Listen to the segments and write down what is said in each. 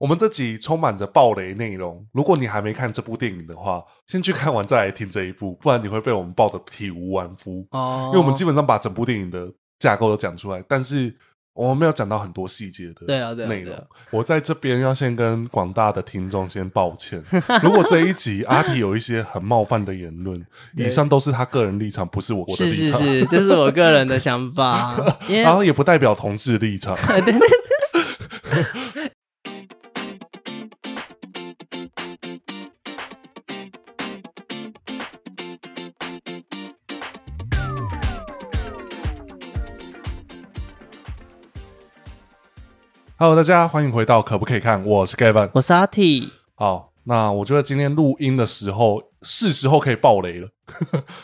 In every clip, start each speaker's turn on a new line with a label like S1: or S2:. S1: 我们这集充满着暴雷内容，如果你还没看这部电影的话，先去看完再来听这一部，不然你会被我们爆的体无完肤。
S2: 哦，
S1: 因为我们基本上把整部电影的架构都讲出来，但是我们没有讲到很多细节的
S2: 对啊对啊
S1: 内
S2: 对啊
S1: 容。我在这边要先跟广大的听众先抱歉，如果这一集阿提有一些很冒犯的言 论，以上都是他个人立场，不是我的
S2: 是
S1: 立
S2: 是
S1: 场，
S2: 是， 这是我个人的想 法，因为呃
S1: 然后也不代表同志立场。Hello，大家欢迎回到可不可以看？我是 Gavin。
S2: 我是阿 T，
S1: 好，那我觉得今天录音的时候是时候可以爆雷了，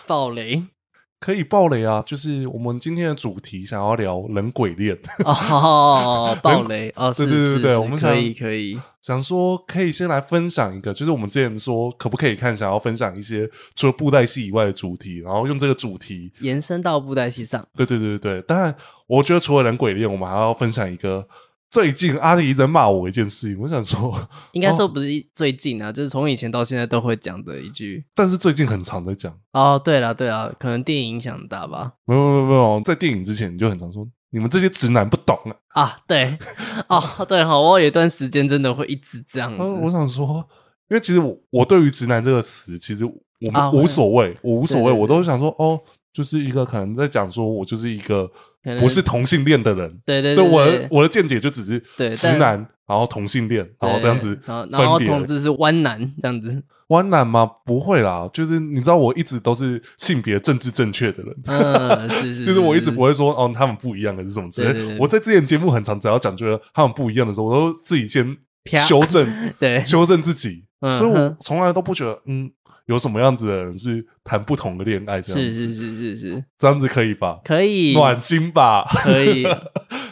S2: 暴雷
S1: 可以爆雷啊！就是我们今天的主题想要聊人鬼恋，
S2: 哦，暴雷哦，是
S1: 对对对
S2: 是
S1: 对
S2: 是
S1: 我们
S2: 可
S1: 想
S2: 以可以，
S1: 想说可以先来分享一个，就是我们之前说可不可以看，想要分享一些除了布袋戏以外的主题，然后用这个主题，
S2: 延伸到布袋戏上，
S1: 对对对对对。当然，我觉得除了人鬼恋，我们还要分享一个最近阿丽一直在骂我一件事情，我想说，
S2: 应该说不是一最近啊，就是从以前到现在都会讲的一句。
S1: 但是最近很常在讲，
S2: 哦，对了对了，可能电影影响很大吧。
S1: 没有没有没有，在电影之前你就很常说你们这些直男不懂啊。
S2: 啊， 对，哦，对哈，我有一段时间真的会一直这样子，
S1: 呃，我想说，因为其实我我对于直男这个词，其实我们
S2: 啊
S1: 无所谓，我无所
S2: 对
S1: 谓，
S2: 对
S1: 我都想说哦，就是一个可能在讲说我就是一个
S2: 可能
S1: 不是同性恋的人，
S2: 对对
S1: 对我的
S2: 对
S1: 我的见解就只是
S2: 对
S1: 直
S2: 但
S1: 男，然后同性恋，然后这样子
S2: 对然后然后
S1: 分别
S2: 同志是弯男这样子，
S1: 弯男吗？不会啦，就是你知道我一直都是性别政治正确的人。
S2: 嗯，是是，
S1: 就是我一直不
S2: 会
S1: 会说哦，他们不一样的是什么之类
S2: 对对对
S1: 我在之前节目很常只要讲觉得他们不一样的时候，我都自己先
S2: 啪
S1: 修 正，
S2: 对
S1: 修正自己，
S2: 嗯
S1: 所以我
S2: 哼
S1: 从来都不觉得，嗯，有什么样子的人是谈不同的恋爱这样
S2: 是
S1: 子，
S2: 是是是是，
S1: 这样子可以吧？
S2: 可以
S1: 暖心吧？
S2: 可以，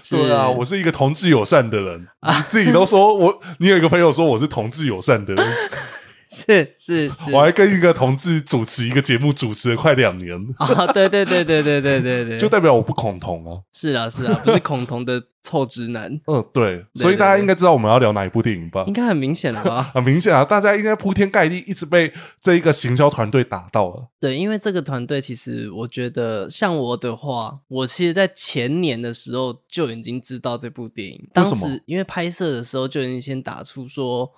S2: 是
S1: 对啊，我是一个同志友善的 人，你自己都说我，你有一个朋友说我是同志友善的人，
S2: 是是 是，
S1: 我还跟一个同志主持一个节目，主持了快两年，
S2: 啊，对对对对对对对对，
S1: 就代表我不恐同啊。
S2: 是啊是啊，不是恐同的臭直男，
S1: 嗯，对，
S2: 对
S1: 所以大家
S2: 对
S1: 应该知道我们要聊哪一部电影吧
S2: 应？该很明显了吧？
S1: 很明显啊，大家应该铺天盖地一直被这一个行销团队打到了。
S2: 对，因为这个团队其实我觉得，像我的话，我其实在前年的时候就已经知道这部电影，当
S1: 什么
S2: 时因为拍摄的时候就已经先打出说，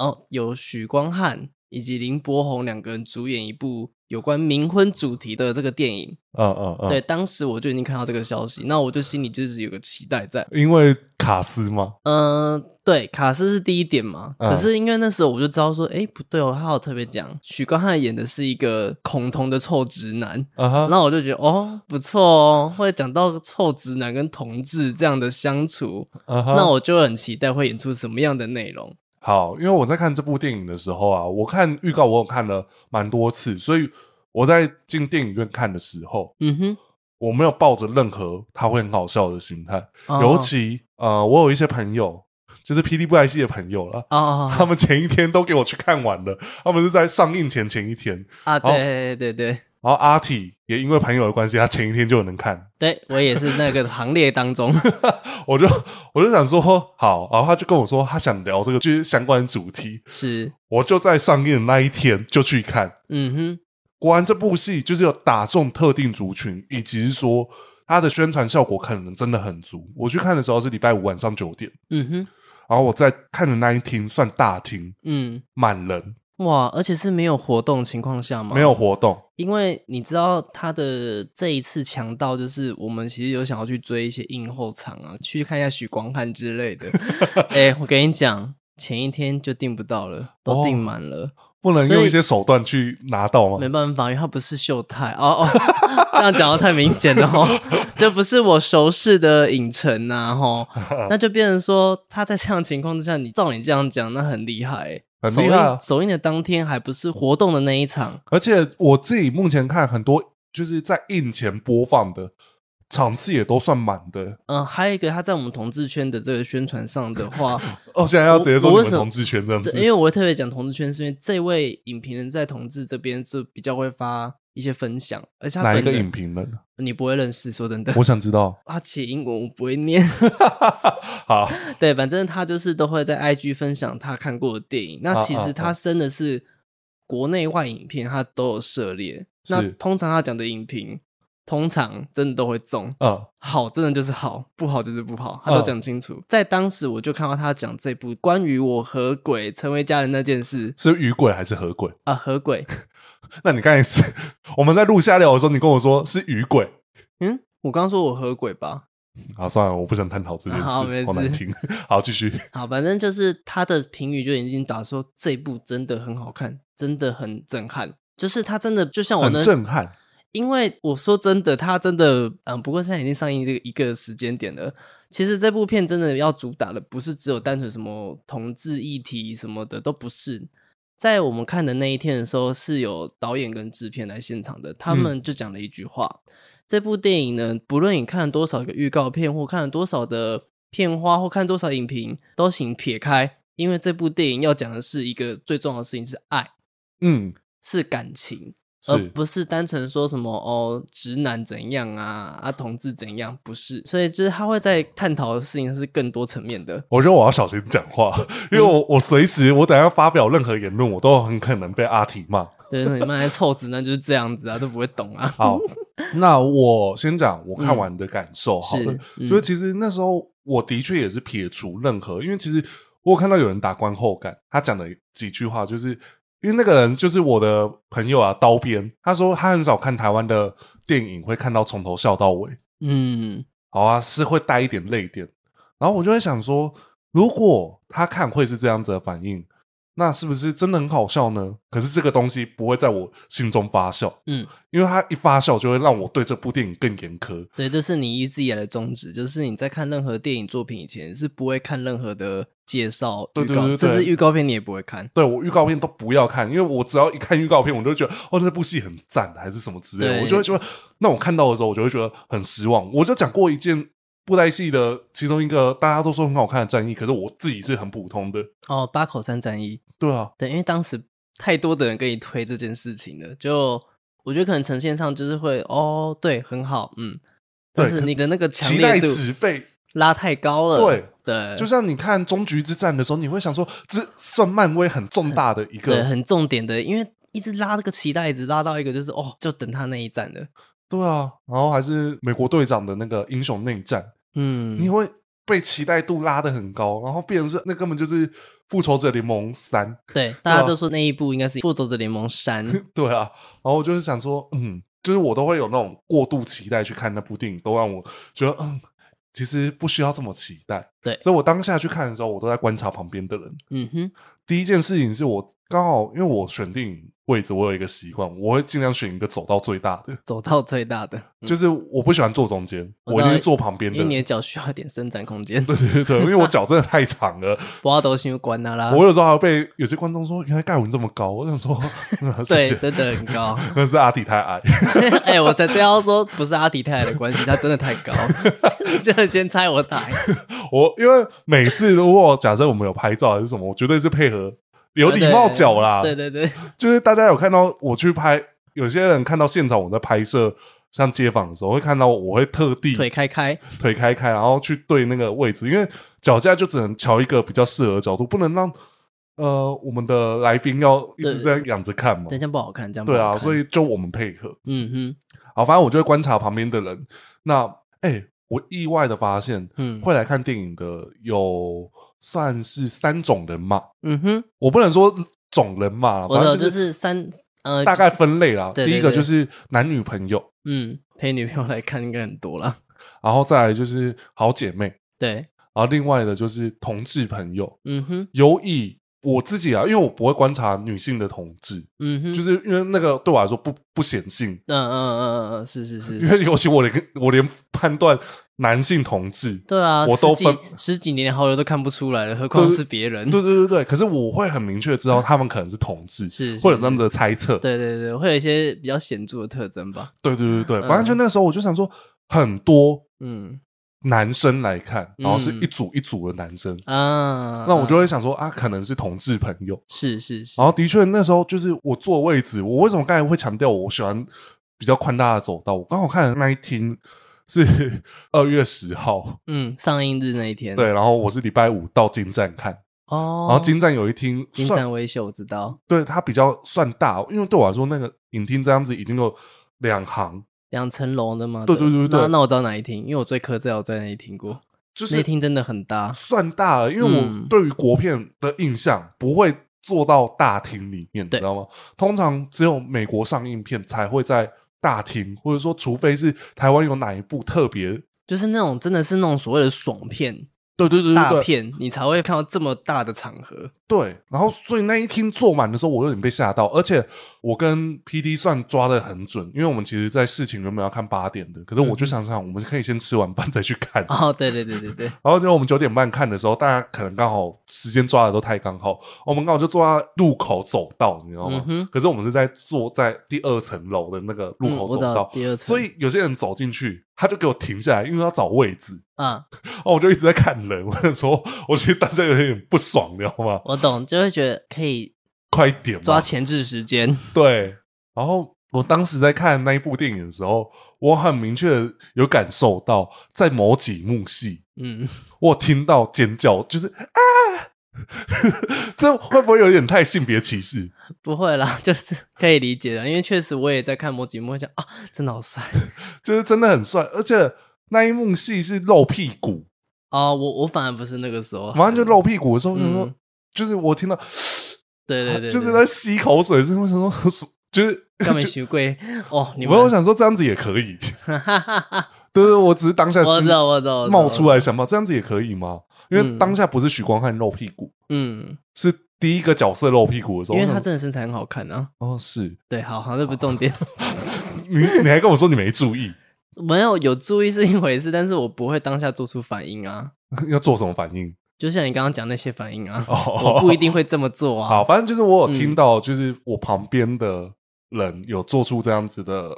S2: 哦，有许光汉以及林柏宏两个人主演一部有关冥婚主题的这个电影。
S1: 嗯嗯嗯，
S2: 对，，当时我就已经看到这个消息，那我就心里就是有个期待在。
S1: 因为卡斯嘛，
S2: 嗯、对，卡斯是第一点嘛。
S1: 嗯
S2: 可是因为那时候我就知道说，哎，不对哦，他有特别讲，许光汉演的是一个恐同的臭直男，
S1: 啊哈，
S2: 那我就觉得哦，不错哦，会讲到臭直男跟同志这样的相处，
S1: 啊哈，
S2: 那我就很期待会演出什么样的内容。
S1: 好，因为我在看这部电影的时候啊，我看预告我有看了蛮多次，所以我在进电影院看的时候，
S2: 嗯哼，
S1: 我没有抱着任何他会很好笑的心态。
S2: 哦
S1: 尤其呃，我有一些朋友，就是霹雳布莱希的朋友了，
S2: 哦
S1: 他们前一天都给我去看完了，他们是在上映前前一天。
S2: 啊，对对对对
S1: 然后阿 T 也因为朋友的关系，他前一天就能看，
S2: 对，我也是那个行列当中。
S1: 我就我就想说好，然后他就跟我说他想聊这个就是相关主题，
S2: 是，
S1: 我就在上映的那一天就去看。
S2: 嗯
S1: 果然这部戏就是有打中特定族群，以及是说它的宣传效果可能真的很足。我去看的时候是礼拜五晚上九点，
S2: 哼，嗯哼，
S1: 然后我在看的那一厅算大厅，
S2: 嗯。
S1: 满人，
S2: 哇，而且是没有活动情况下吗？
S1: 没有，活动。
S2: 因为你知道他的这一次强到，就是我们其实有想要去追一些映后场啊，去看一下许光汉之 类的。哎、我跟你讲，前一天就订不到了，都
S1: 哦
S2: 订满了。
S1: 不能
S2: 所以
S1: 用一些手段去拿到吗
S2: 没？办法，因为他不是秀泰哦 哦，这样讲的太明显了哦，这不是我熟识的影城 呐、吼，那就变成说他在这样的情况之下，你照你这样讲，那很厉害欸、
S1: 很厉害啊
S2: 首映首映的当天还不是活动的那一场，
S1: 而且我自己目前看很多就是在映前播放的场次也都算满的。
S2: 嗯、还有一个他在我们同志圈的这个宣传上的话，
S1: 哦，现在要直接说
S2: 我
S1: 你
S2: 我为
S1: 们
S2: 什么
S1: 同志圈这样
S2: 对
S1: 子，
S2: 因为我会特别讲同志圈，是因为这位影评人在同志这边就比较会发一些分享，而且
S1: 哪
S2: 他
S1: 一
S2: 本
S1: 个
S2: 人
S1: 影评人？
S2: 你不会认识，说真的，
S1: 我想知道。
S2: 他写英文我不会念，
S1: 好，
S2: 对，反正他就是都会在 IG 分享他看过的电影。那
S1: 啊
S2: 其
S1: 啊
S2: 实他真的是国内外影片，他都有涉猎。
S1: 是
S2: 那通常他讲的影评，通常真的都会中，
S1: 嗯，
S2: 好真的就是好，不好就是不好，他都
S1: 嗯
S2: 讲清楚。在当时我就看到他讲这部关于我和鬼成为家人那件事
S1: 是雨鬼还是河鬼？
S2: 啊，和鬼，
S1: 那你刚才是我们在录下聊的时候，你跟我说是雨鬼。
S2: 嗯，我刚刚说我和鬼吧，
S1: 好，算了，我不想探讨这件事，
S2: 好没事
S1: 好难听。 好，继续。
S2: 好，反正就是他的评语就已经打说这部真的很好看，真的很震撼。就是他真的就像我
S1: 很
S2: 那，
S1: 震撼，
S2: 因为我说真的，他真的嗯，不过现在已经上映这个一个时间点了。其实这部片真的要主打的不是只有单纯什么同志议题什么的，都不是。在我们看的那一天的时候，是有导演跟制片来现场的，他
S1: 嗯
S2: 们就讲了一句话：这部电影呢，不论你看了多少个预告片，或看了多少的片花，或看多少影评，都请撇开，因为这部电影要讲的是一个最重要的事情，是爱，
S1: 嗯，
S2: 是感情，而
S1: 是
S2: 不是单纯说什么哦，直男怎样啊，啊，同志怎样，不是。所以就是他会在探讨的事情是更多层面的。
S1: 我觉得我要小心讲话，因为
S2: 嗯
S1: 我、我随时我等一下发表任何言论，我都很可能被阿提骂。
S2: 对，你们来臭直男就是这样子啊，都不会懂啊。
S1: 好， 那我先讲我看完的感受好了，
S2: 是嗯
S1: 就是其实那时候我的确也是撇除任何，因为其实我有看到有人打观后感，他讲了几句话，就是因为那个人就是我的朋友啊，刀边，他说他很少看台湾的电影，会看到从头笑到尾，
S2: 嗯，
S1: 好啊，是会带一点泪点。然后我就会想说，如果他看会是这样子的反应，那是不是真的很好笑呢？可是这个东西不会在我心中发酵，
S2: 嗯，
S1: 因为它一发酵就会让我对这部电影更严苛。
S2: 对，这是你一直以来的宗旨，就是你在看任何电影作品以前是不会看任何的介绍、
S1: 对
S2: 预
S1: 对
S2: 告，
S1: 对对
S2: 甚
S1: 对
S2: 至预告片你也不会看。
S1: 对我预告片都不要看，因为我只要一看预告片，我就觉得哦，那部戏很赞，还是什么之类的，
S2: 对
S1: 我就会觉得，那我看到的时候，我就会觉得很失望。我就讲过一件布袋戏的其中一个大家都说很好看的战役，可是我自己是很普通的。
S2: 哦，八口山战役，
S1: 对啊，
S2: 对，因为当时太多的人跟你推这件事情了，就我觉得可能呈现上就是会哦，对，很好，嗯，但
S1: 对
S2: 是
S1: 可
S2: 你的那个强
S1: 期待
S2: 烈度
S1: 值被
S2: 拉太高了，
S1: 对
S2: 对，
S1: 就是像你看终局之战的时候，你会想说，这算漫威很重大的一
S2: 对
S1: 个，
S2: 很重点的，因为一直拉这个期待值拉到一个就是哦，就等他那一站了，
S1: 对啊，然后还是美国队长的那个英雄内战，你
S2: 嗯，
S1: 会被期待度拉得很高，然后变成是那根本就是复仇者联盟三，
S2: 对，大
S1: 啊
S2: 家都说那一部应该是《复仇者联盟三》，
S1: 对啊，然后我就是想说，嗯，就是我都会有那种过度期待去看那部电影，都让我觉得，嗯，其实不需要这么期待，
S2: 对
S1: 所以我当下去看的时候，我都在观察旁边的人，
S2: 嗯哼，
S1: 第一件事情是我刚好因为我选电影位置，我有一个习惯，我会尽量选一个走到最大的，
S2: 走到最大的，嗯
S1: 就是我不喜欢坐中间，
S2: 我
S1: 我一
S2: 知道
S1: 定是坐旁边
S2: 因为
S1: 的
S2: 你
S1: 人。
S2: 的脚需要一点伸展空间，
S1: 对对对，因为我脚真的太长 了，
S2: 不要都心关他啦，
S1: 我有时候还会被有些观众说原来盖文这么高，我想说，嗯、谢
S2: 对，
S1: 谢，
S2: 真的很高。
S1: 那是阿迪太矮。
S2: 哎、我才这样说，不是阿迪太矮的关系，他真的太高。 你这样先猜我矮，
S1: 我因为每次如果假设我们有拍照还是什么，我绝对是配合有礼貌脚啦，
S2: 呃对对对，
S1: 就是大家有看到我去拍，有些人看到现场我在拍摄。像街访的时候会看到，我会特地
S2: 腿开开，
S1: 腿开开，然后去对那个位置，因为脚架就只能调一个比较适合的角度，不能让呃我们的来宾要一直在仰着看嘛
S2: 对，。这样不好看，这样不
S1: 对
S2: 好
S1: 啊，
S2: 看
S1: 所以就我们配合。
S2: 嗯
S1: 好，反正我就会观察旁边的人。那哎、我意外的发现，
S2: 哼，嗯，
S1: 会来看电影的有算是三种人嘛，
S2: 嗯哼，
S1: 我不能说种人嘛啦，
S2: 我
S1: 啊反
S2: 的
S1: 正
S2: 就是是三呃，
S1: 大概分类啦。
S2: 对
S1: 第
S2: 对
S1: 一个
S2: 对
S1: 就是男女朋友，
S2: 嗯，陪女朋友来看应该很多啦。
S1: 然后再来就是好姐妹，
S2: 对，
S1: 然后另外的就是同志朋友。
S2: 嗯哼，
S1: 尤以我自己啊，因为我不会观察女性的同志，
S2: 嗯哼，
S1: 就是因为那个对我来说不不显性，
S2: 嗯嗯嗯嗯嗯，是是
S1: 因
S2: 是，
S1: 为尤其我连我连判断男性同志，
S2: 对啊，
S1: 我都
S2: 十
S1: 分
S2: 几十几年的好友都看不出来了，何况是别人。
S1: 对对对对，可是我会很明确地知道他们可能是同志，
S2: 嗯是是
S1: 或者这样子的猜测，
S2: 对对对，会有一些比较显著的特征吧。
S1: 对对对对，
S2: 嗯
S1: 反正就那时候我就想说很多。
S2: 嗯，
S1: 男生来看，然后是
S2: 嗯
S1: 一组一组的男生，
S2: 啊，
S1: 那我就会想说啊，可能是同志朋友。
S2: 是是是
S1: 然后的确那时候就是我坐位置，我为什么刚才会强调我喜欢比较宽大的走道？我刚好看的那一厅是 二月十号，
S2: 嗯，上映日那一天，
S1: 对，然后我是礼拜五到金站看，
S2: 哦，
S1: 然后金站有一厅
S2: 金
S1: 算
S2: 展微秀我知道，
S1: 对它比较算大，因为对我来说那个影厅这样子已经有两行，
S2: 两层楼的嘛，
S1: 对对对对
S2: 那那我知道哪一厅，因为我最苛在我在那里听过，
S1: 就
S2: 那一
S1: 是
S2: 厅真的很大，
S1: 算大了，因为我
S2: 嗯
S1: 对于国片的印象不会坐到大厅里面，你
S2: 对
S1: 知道吗？通常只有美国上映片才会在大厅，或者说除非是台湾有哪一部特别。
S2: 就是那种真的是那种所谓的爽片
S1: 对对对
S2: 大
S1: 对对
S2: 片，你才会看到这么大的场合。
S1: 对，然后所以那一厅坐满的时候，我有点被吓到，而且我跟 P D 算抓的很准，因为我们其实，在事情原本要看八点的，可是我就想想，我们可以先吃完饭再去看，
S2: 哦，对对对对对，
S1: 然后就我们九点半看的时候，大家可能刚好时间抓的都太刚好，我们刚好就坐在路口走道，你知道吗？
S2: 嗯哼
S1: 可是我们是在坐在第二层楼的那个路
S2: 嗯我
S1: 口
S2: 知
S1: 走
S2: 道
S1: 道，
S2: 第二层，
S1: 所以有些人走进去，他就给我停下来，因为要找位置。
S2: 啊，
S1: 哦，我就一直在看人，我就说，我其实大家有点不爽，你知道吗？
S2: 我懂，就会觉得可以
S1: 快一点嘛，
S2: 抓前置时间。
S1: 对，然后我当时在看那一部电影的时候，我很明确地有感受到，在某几幕戏，
S2: 嗯，
S1: 我有听到尖叫，就是啊， 这会不会有点太性别歧视？
S2: 不会啦， 就是可以理解的，因为确实我也在看某几幕，会想啊，真的好帅
S1: 就是真的很帅，而且那一幕戏是露屁股，
S2: 哦！我我反而不是那个时候，
S1: 马上就露屁股的时候，我想说，
S2: 嗯
S1: 就是我听到，
S2: 对对对，
S1: 啊就是在吸口水的时候，我想说，什么就是
S2: 干美徐贵哦，你
S1: 我
S2: 们
S1: 有想说这样子也可 以，
S2: 哈哈哈，
S1: 对对，我只是当下
S2: 我
S1: 是
S2: 知道我知道，我知嗯道
S1: 冒出，来想嘛，这样子也可以吗？因为当下不是许光汉露屁股，
S2: 嗯，
S1: 是第一个角色露屁股的时候，
S2: 因为他
S1: 我想
S2: 真的身材很好看啊。
S1: 哦是
S2: 对，好，好，这不是 重点。
S1: 你你还跟我说你没注意，
S2: 没有有注意是一回事，但是我不会当下做出反应啊，
S1: 要做什么反应？
S2: 就像你刚刚讲那些反应啊，
S1: 哦
S2: 我不一定会这么做 啊。
S1: 好，反正就是我有听到，就是我旁边的人有做出这样子的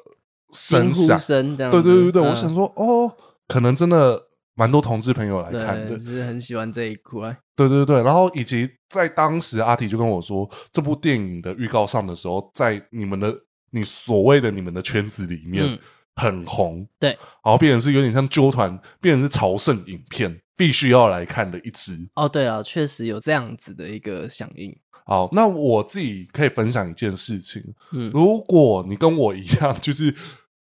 S2: 惊
S1: 声响
S2: 呼，声这样
S1: 对
S2: 子。
S1: 对对对，我
S2: 嗯
S1: 想说哦，可能真的蛮多同志朋友来
S2: 对
S1: 看的
S2: 就，是很喜欢这一块。
S1: 对对对，然后以及在当时阿提就跟我说，这部电影的预告上的时候，在你们的你所谓的你们的圈子里面
S2: 嗯
S1: 很红，
S2: 对
S1: 然后变成是有点像纠团，变成是朝圣影片必须要来看的一支。
S2: 哦，对了，确实有这样子的一个响应。
S1: 好，那我自己可以分享一件事情，
S2: 嗯
S1: 如果你跟我一样， 就是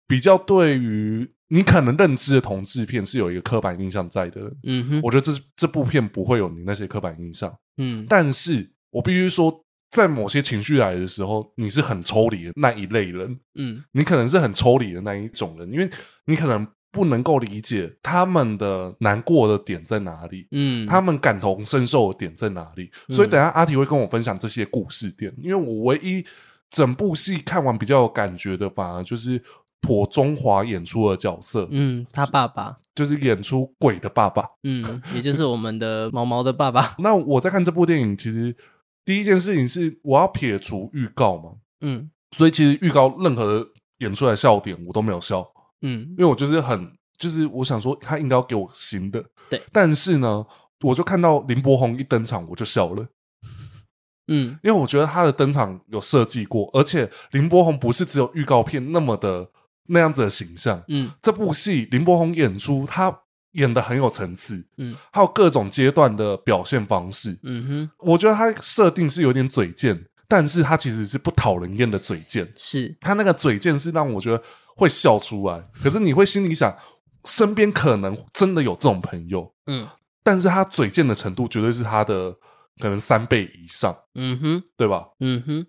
S1: 比较对于你可能认知的同志片是有一个刻板印象在的人，
S2: 嗯哼，
S1: 我觉得这这部片不会有你那些刻板印象。
S2: 嗯
S1: 但是我必须说，在某些情绪来的时候，你是很抽离的那一类人，
S2: 嗯
S1: 你可能是很抽离的那一种人，因为你可能不能够理解他们的难过的点在哪里。
S2: 嗯，
S1: 他们感同身受的点在哪里？所以等一下阿提会跟我分享这些故事点，因为我唯一整部戏看完比较有感觉的，反而就是妥中华演出的角色，
S2: 嗯他爸爸，
S1: 就是演出鬼的爸爸。
S2: 嗯，也就是我们的毛毛的爸爸。
S1: 那我在看这部电影，其实第一件事情是我要撇除预告嘛，
S2: 嗯
S1: 所以其实预告任何演出来的笑点我都没有笑，
S2: 嗯
S1: 因为我就是很就是我想说他应该要给我新的，
S2: 对。
S1: 但是呢，我就看到林柏宏一登场我就笑了，
S2: 嗯，
S1: 因为我觉得他的登场有设计过，而且林柏宏不是只有预告片那么的那样子的形象，
S2: 嗯
S1: 这部戏林柏宏演出他演的很有层次，
S2: 嗯，
S1: 还有各种阶段的表现方式，
S2: 嗯哼，
S1: 我觉得他设定是有点嘴贱，但是他其实是不讨人厌的嘴贱。
S2: 是
S1: 他那个嘴贱是让我觉得会笑出来，可是你会心里想，身边可能真的有这种朋友，
S2: 嗯
S1: 但是他嘴贱的程度绝对是他的可能三倍以上，
S2: 嗯哼
S1: 对吧？
S2: 嗯哼，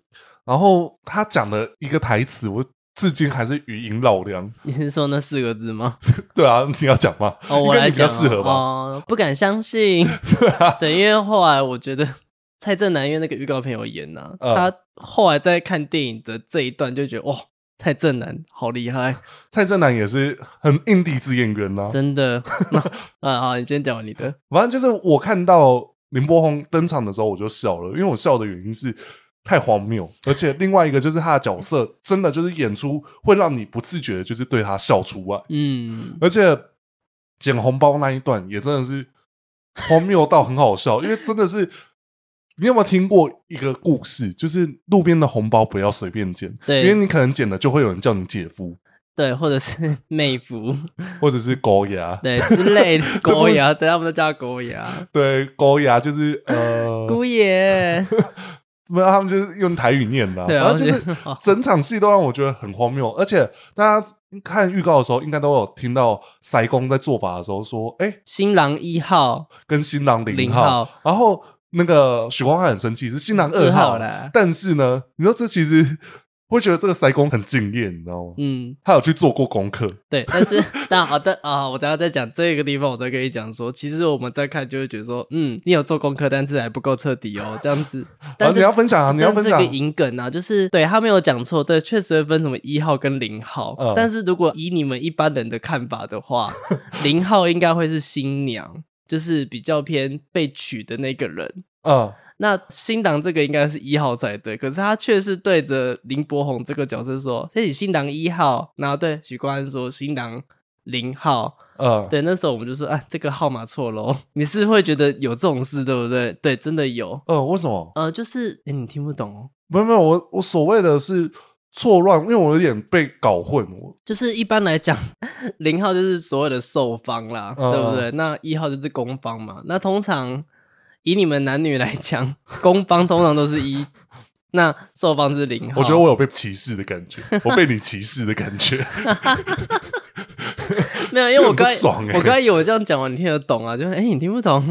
S1: 然后他讲的一个台词，我至今还是语音绕梁。
S2: 你是说那四个 字吗？
S1: 对啊，你要讲吗？
S2: 哦，我
S1: 应该
S2: 来
S1: 你比较
S2: 讲
S1: 适
S2: 哦
S1: 合吧？
S2: 哦，不敢相信。
S1: 对啊，
S2: 对，因为后来我觉得蔡正南因为那个预告片有演呐、
S1: 嗯
S2: 他后来在看电影的这一段就觉得哇，蔡正南好厉害，
S1: 蔡正南也是很硬地之演员啦、
S2: 真的。啊，好，你先讲完你 的。
S1: 反正就是我看到林柏宏登场的时候，我就笑了，因为我笑的原因是太荒谬，而且另外一个就是他的角色真的就是演出会让你不自觉的就是对他笑出来，
S2: 嗯
S1: 而且捡红包那一段也真的是荒谬到很好笑，因为真的是。你有没有听过一个故事？就是路边的红包不要随便捡，
S2: 对
S1: 因为你可能捡了就会有人叫你姐夫，
S2: 对，或者是 妹夫，
S1: 或者是狗牙，
S2: 对之 类的
S1: 这不
S2: 狗牙，对，他们都叫他狗牙，
S1: 对，狗牙就是呃，
S2: 姑爷，
S1: 没有，他们就是用台语念的、
S2: 对
S1: 然
S2: 啊
S1: 后就是
S2: 我觉得
S1: 整场戏都让我觉得很荒谬，而且大家看预告的时候，应该都有听到塞公在做法的时候说：“哎、
S2: 新郎一号，
S1: 跟新郎零
S2: 零号
S1: 然后那个许光汉很生气，是新郎二
S2: 二
S1: 号
S2: 号。啦，
S1: 但是呢，你说这其实会觉得这个塞公很敬业，你知道吗？
S2: 嗯，
S1: 他有去做过功课，
S2: 对，但是那好的啊，我等一下再讲这个地方，我再跟你讲说，其实我们在看就会觉得说，嗯，你有做功课，但是还不够彻底哦，这样子。
S1: 然
S2: 但
S1: 后
S2: 这
S1: 你要分享啊，你要
S2: 但
S1: 分
S2: 是这
S1: 享
S2: 个银梗啊，就是对他没有讲错，对，确实会分什么一号跟零号。
S1: 嗯
S2: 但是如果以你们一般人的看法的 话，零号应该会是新娘，就是比较偏被娶的那个人。
S1: 嗯，
S2: 那新郎这个应该是一号才对，可是他却是对着林柏宏这个角色说：“这里新郎一号。”然后对许光汉说：“新郎零号。”
S1: 嗯，
S2: 对，那时候我们就说：“啊，这个号码错喽。”你是会觉得有这种事，对不对？对，真的有。
S1: 嗯，为什么？
S2: 呃，就是哎，你听不懂哦，
S1: 没有没有，我我所谓的是错乱，因为我有点被搞混，我
S2: 就是一般来讲，零号就是所有的受方啦，
S1: 嗯
S2: 对不对？那一号就是攻方嘛。那通常以你们男女来讲，攻方通常都是一，那受方是零号。
S1: 我觉得我有被歧视的感 觉，我被你歧视的感觉。
S2: 没有，因为我
S1: 很不
S2: 刚才
S1: 爽欸
S2: 我刚才以为这样讲完你听得懂啊，就是哎、你听不懂，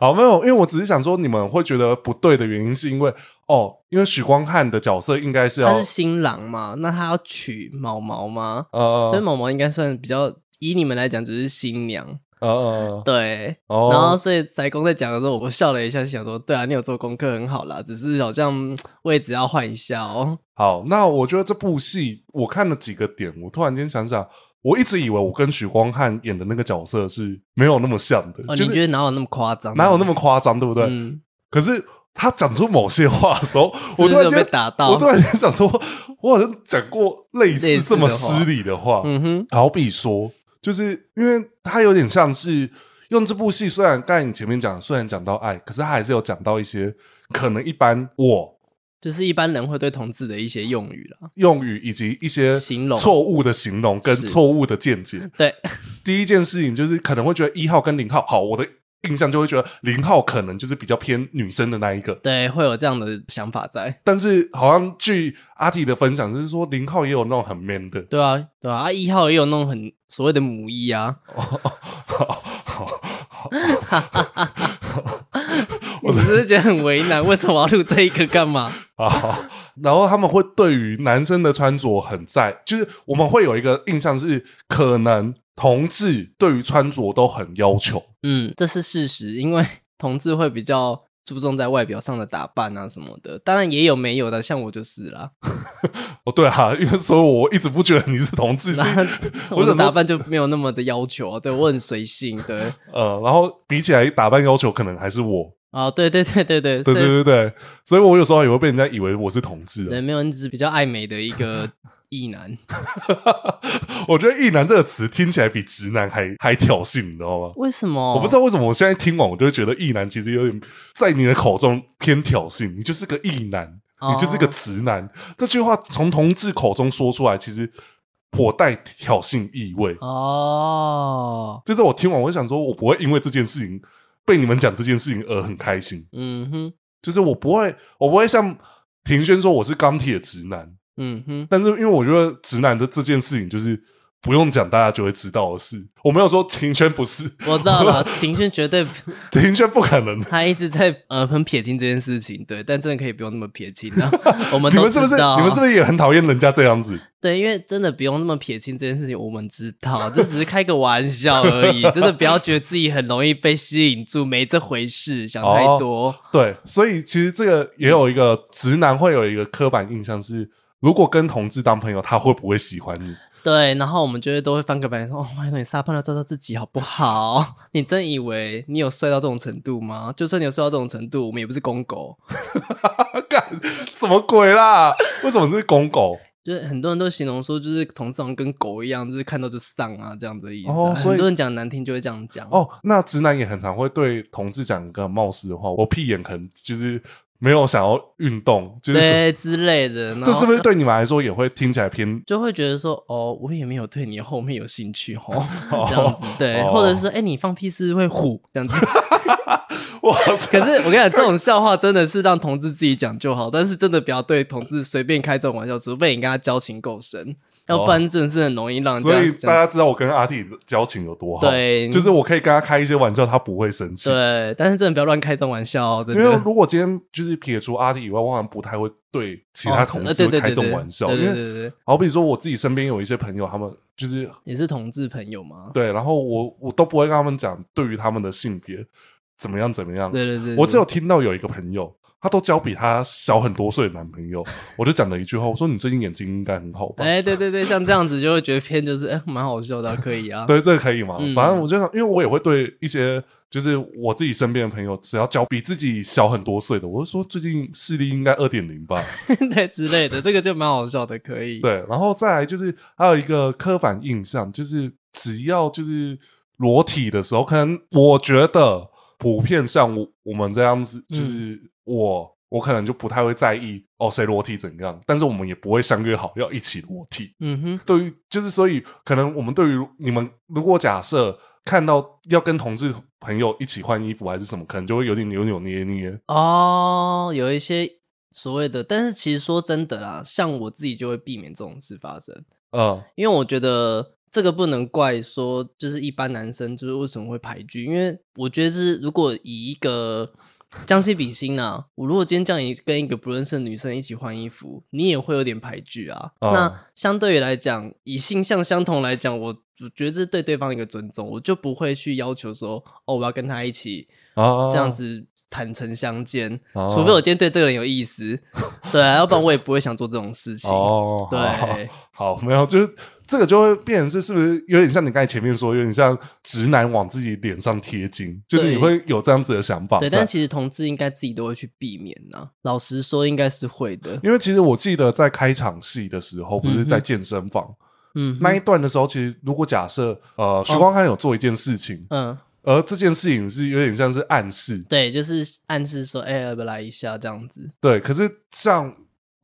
S1: 好，没有，因为我只是想说，你们会觉得不对的原因，是因为哦，因为许光汉的角色应该是要
S2: 他是新郎嘛，那他要娶毛毛吗？
S1: 呃
S2: 所以毛毛应该算比较，以你们来讲只是新娘，
S1: 呃呃，
S2: 对。
S1: 哦
S2: 然后所以宅公在讲的时候，我笑了一下，想说对啊，你有做功课很好啦，只是好像嗯位置要换一下哦。
S1: 好，那我觉得这部戏我看了几个点，我突然间想想，我一直以为我跟许光汉演的那个角色是没有那么像的，
S2: 哦，
S1: 就
S2: 你觉
S1: 是
S2: 得哪有那么夸张？啊
S1: 哪有那么夸张，对不对？
S2: 嗯，
S1: 可是他讲出某些话的时候，
S2: 是
S1: 我
S2: 不
S1: 突然
S2: 是有被
S1: 间。
S2: 打
S1: 我
S2: 到
S1: 突？然间想说，我好像讲过类
S2: 类
S1: 似
S2: 似
S1: 这么
S2: 的话
S1: 失礼的话，
S2: 嗯哼，
S1: 好比说，就是因为它有点像是用这部戏，虽然刚才你前面讲，虽然讲到爱，可是它还是有讲到一些可能一般我
S2: 就是一般人会对同志的一些用语啦。
S1: 用语以及一些
S2: 形容
S1: 错误的形容跟
S2: 是
S1: 错误的见解。
S2: 对，
S1: 第一件事情就是可能会觉得一号跟零号好，我的印象就会觉得零号可能就是比较偏女生的那一个。
S2: 对，会有这样的想法在。
S1: 但是好像据阿弟的分享，就是说零号也有那种很 man 的，
S2: 对啊，对啊，啊一号也有那种很所谓的母一啊， 我只是觉得很为难，为什么要录这一个干嘛？
S1: 啊，然后他们会对于男生的穿着很在，就是我们会有一个印象是，可能同志对于穿着都很要求。
S2: 嗯，这是事实，因为同志会比较注重在外表上的打扮啊什么的，当然也有没有的，像我就是啦，
S1: 哦，对啊，因为所以我一直不觉得你是同志，是
S2: 然后
S1: 我
S2: 我的
S1: 想说
S2: 打扮就没有那么的要求、啊，对我很随性，对，
S1: 呃，然后比起来打扮要求可能还是我，
S2: 啊，对对对对对，
S1: 对
S2: 所以
S1: 对对对，所以我有时候也会被人家以为我是同志啊。
S2: 对没有，你只是比较爱美的一个 异男，
S1: 我觉得“异男”这个词听起来比直男还还挑衅，你知道吗？
S2: 为什么？
S1: 我不知道为什么我现在听完，我就会觉得“异男”其实有点在你的口中偏挑衅，你就是个异男。
S2: 哦
S1: 你就是个直男。这句话从同志口中说出来，其实颇带挑衅意味。
S2: 哦，
S1: 就是我听完，我就想说，我不会因为这件事情被你们讲这件事情而很开心。
S2: 嗯哼，
S1: 就是我不会，我不会像庭轩说我是钢铁直男，
S2: 嗯哼。
S1: 但是因为我觉得直男的这件事情就是。不用讲，大家就会知道的事。我没有说庭轩不是，
S2: 我知 道了，庭轩绝对
S1: 庭轩不可能。
S2: 他一直在呃很撇清这件事情，对，但真的可以不用那么撇清啊。我 们
S1: 你
S2: 都
S1: 们是不
S2: 知
S1: 是？
S2: 道，啊
S1: 你们是不是也很讨厌人家这样子？
S2: 对，因为真的不用那么撇清这件事情，我们知道，这只是开个玩笑而 已，真的不要觉得自己很容易被吸引住，没这回事，想太多。
S1: 对，所以其实这个也有一个直男会有一个刻板印象是，如果跟同志当朋友，他会不会喜欢你？
S2: 对，然后我们就会都会翻个白眼说：“哦，拜托你撒泡尿照照自己好不好？ 你真以为你有帅到这种程度吗？就算你有帅到这种程度，我们也不是公狗。
S1: 干什么鬼啦？为什么是公狗？
S2: 就是很多人都形容说，就是同志好像跟狗一样，就是看到就丧啊这样子的意思啊、
S1: 哦所以
S2: 很多人讲难听就会这样讲。啊
S1: 哦，那直男也很常会对同志讲一个冒失的话，我屁眼可能就是没有想要运动， 就是说
S2: 对之类的，然
S1: 这
S2: 后
S1: 是不是对你们来说也会听起来偏
S2: 就会觉得说，哦，我也没有对你后面有兴趣哦
S1: 哦，
S2: 这样子对，
S1: 哦
S2: 或者是说，哎、你放屁是不是会虎这样子。
S1: 哇
S2: 可
S1: 塞？
S2: 是我跟你讲，这种笑话真的是让同志自己讲就好，但是真的不要对同志随便开这种玩笑，除非你跟他交情够深，要不然真的是很容易让人
S1: 哦所以
S2: 家
S1: 大家
S2: 讲。
S1: 知道我跟阿弟交情有多好，
S2: 对
S1: 就是我可以跟他开一些玩笑，他不会生气。
S2: 对，但是真的不要乱开这种玩笑、哦，真
S1: 因为
S2: 的。
S1: 如果今天就是撇除阿弟以外，我好像不太会对其他同
S2: 哦
S1: 事
S2: 对对
S1: 开这
S2: 对
S1: 种
S2: 对
S1: 玩笑。
S2: 对
S1: 因
S2: 对
S1: 为
S2: 对对，
S1: 好比说我自己身边有一些朋友，他们就是
S2: 你是同志朋友吗？
S1: 对，然后我我都不会跟他们讲对于他们的性别怎么样怎么样。
S2: 对对对，
S1: 我只
S2: 对
S1: 有听到有一个朋友，她都交比她小很多岁的男朋 友，我就讲了一句话，我说你最近眼睛应该很好吧？
S2: 哎，对对对，像这样子就会觉得偏就是哎蛮好笑的啊，可以啊。
S1: 对，这个可以吗？
S2: 嗯
S1: 反正我就想，因为我也会对一些就是我自己身边的朋友，只要交比自己小很多岁的，我就说最近视力应该二点零吧。
S2: 对之类的，这个就蛮好笑的，可以。
S1: 对，然后再来就是还有一个刻板印象，就是只要就是裸体的时候，可能我觉得普遍像我我们这样子，
S2: 嗯
S1: 就是我、我可能就不太会在意哦谁裸体怎样，但是我们也不会相约好要一起裸体。
S2: 嗯哼，
S1: 对于就是所以可能我们对于你们如果假设看到要跟同志朋友一起换衣服还是什么，可能就会有点扭扭捏捏。
S2: 哦，有一些所谓的，但是其实说真的啦，像我自己就会避免这种事发生，
S1: 嗯，
S2: 因为我觉得这个不能怪说，就是一般男生就是为什么会排拒，因为我觉得是如果以一个将心比心啊，我如果今天叫你跟一个不认识的女生一起换衣服，你也会有点排拒啊。
S1: 哦
S2: 那相对于来讲，以性向相同来讲，我我觉得这是对对方一个尊重，我就不会去要求说，哦，我要跟他一起
S1: 啊
S2: 这样，子坦诚相见，
S1: 哦
S2: 除非我今天对这个人有意思， 对啊，要不然我也不会想做这种事情。
S1: 哦，
S2: 对
S1: 好好，没有，就是这个就会变成是是不是有点像你刚才前面说，有点像直男往自己脸上贴金，就是你
S2: 对
S1: 会有这样子的想法在。
S2: 对，但其实同志应该自己都会去避免呐、老实说，应该是会的。
S1: 因为其实我记得在开场戏的时候，不是在
S2: 嗯哼
S1: 健身房、
S2: 嗯
S1: 那一段的时候，其实如果假设呃徐光汉有做一件事情，
S2: 嗯，
S1: 而这件事情是有点像是暗示，
S2: 对，就是暗示说，哎、要不要来一下这样子。
S1: 对，可是像。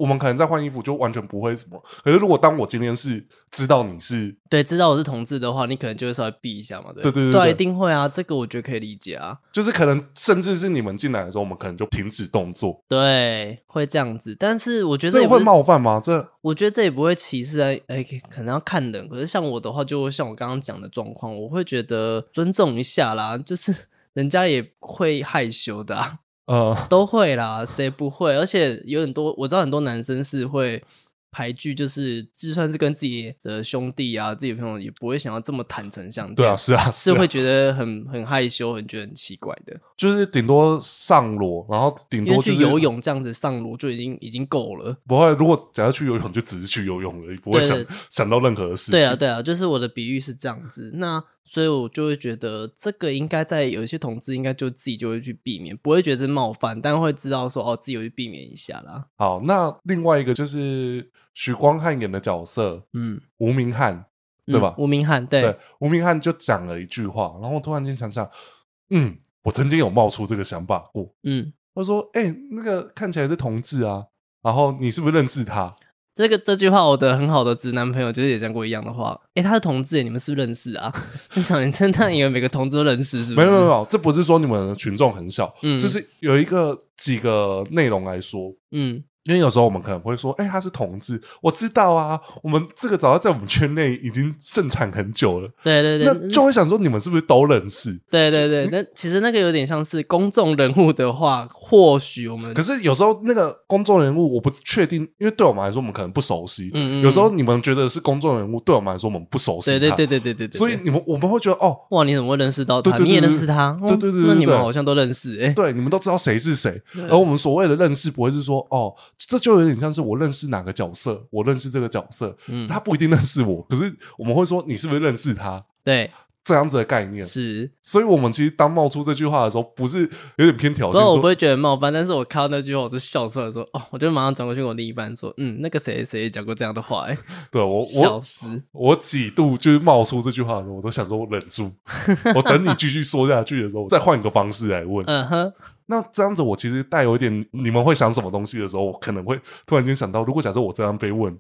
S1: 我们可能在换衣服就完全不会什么，可是如果当我今天是知道你是
S2: 对，知道我是同志的话，你可能就会稍微避一下嘛，对
S1: 对
S2: 不
S1: 对对
S2: 对啊
S1: 对
S2: 一定会啊，这个我觉得可以理解啊。
S1: 就是可能甚至是你们进来的时候，我们可能就停止动作，
S2: 对，会这样子，但是我觉得
S1: 这
S2: 也
S1: 个
S2: 不
S1: 会
S2: 是
S1: 冒犯吗？这
S2: 我觉得这也不会歧视啊，哎、可能要看人。可是像我的话，就像我刚刚讲的状况，我会觉得尊重一下啦，就是 人家也会害羞的、啊，
S1: 呃，
S2: 都会啦，谁不会？而且有很多我知道很多男生是会排拒，就是就算是跟自己的兄弟啊、自己的朋友，也不会想要这么坦诚相见，
S1: 对啊，是 啊，
S2: 是
S1: 啊
S2: 会觉得很很害羞，很觉得很奇怪的。
S1: 就是顶多上裸，然后顶
S2: 因为
S1: 多就
S2: 去
S1: 是
S2: 游，泳这样子上裸就已经已经够了。
S1: 不会。如果假如去游泳，就只是去游泳而已，不会
S2: 对
S1: 想
S2: 对
S1: 想到任何的事情。
S2: 对啊，对啊，就是我的比喻是这样子，那所以我就会觉得这个应该在有一些同志应该就自己就会去避免，不会觉得是冒犯，但会知道说哦，自己有去避免一下啦。
S1: 好，那另外一个就是许光汉演的角色
S2: 嗯，
S1: 吴明翰，
S2: 嗯
S1: 对吧
S2: 吴明翰，对，
S1: 对，吴明翰就讲了一句话，然后我突然间想想，嗯，我曾经有冒出这个想法过。
S2: 嗯，
S1: 我说，哎、那个看起来是同志啊，然后你是不是认识他？
S2: 这个这句话，我的很好的直男朋友就是也讲过一样的话，诶，他是同志耶，欸你们是不是认识啊？ 你想，你真的以为每个同志都认识是不
S1: 没
S2: 是？
S1: 有没有没有，这不是说你们的群众很小，
S2: 嗯
S1: 这是有一个几个内容来说，
S2: 嗯，
S1: 因为有时候我们可能会说，哎、他是同志，我知道啊，我们这个早在在我们圈内已经盛产很久了，
S2: 对对对，
S1: 那就嗯会想说你们是不是都认识？
S2: 对对对，那其实那个有点像是公众人物的话，或许我们
S1: 可是有时候那个公众人物我不确定，因为对我们来说我们可能不熟悉，
S2: 嗯嗯
S1: 有时候你们觉得是公众人物，对我们来说我们不熟悉，
S2: 对对对，对对对对，
S1: 所以
S2: 对
S1: 你们我们会觉得哦。
S2: 哇，你怎么会认识到他？
S1: 对对对
S2: 你也认识他？
S1: 对对对对
S2: 哦
S1: 对
S2: 那你们
S1: 对
S2: 好像都认识哎、
S1: 对，你们都知道谁是谁，
S2: 对
S1: 而我们所谓的认识，不会是说哦，这就有点像是我认识哪个角色，我认识这个角色，
S2: 嗯，
S1: 他不一定认识我，可是我们会说你是不是认识他？
S2: 对
S1: 这样子的概念。
S2: 是，
S1: 所以，我们其实当冒出这句话的时候，不是有点偏挑衅
S2: 不过我
S1: 说
S2: 不会觉得冒犯，但是我看到那句话我就笑出来说，哦，我就马上转过去跟我另一半说，嗯，那个谁谁谁讲过这样的话、欸，
S1: 对我
S2: 笑
S1: 我
S2: 死，
S1: 我几度就是冒出这句话的时候，我都想说我忍 住，我等你继续说下去的时候，我再换一个方式来问。
S2: 嗯哼，
S1: 那这样子，我其实带有一点你们会想什么东西的时候，我可能会突然间想到，如果假设我这样被问，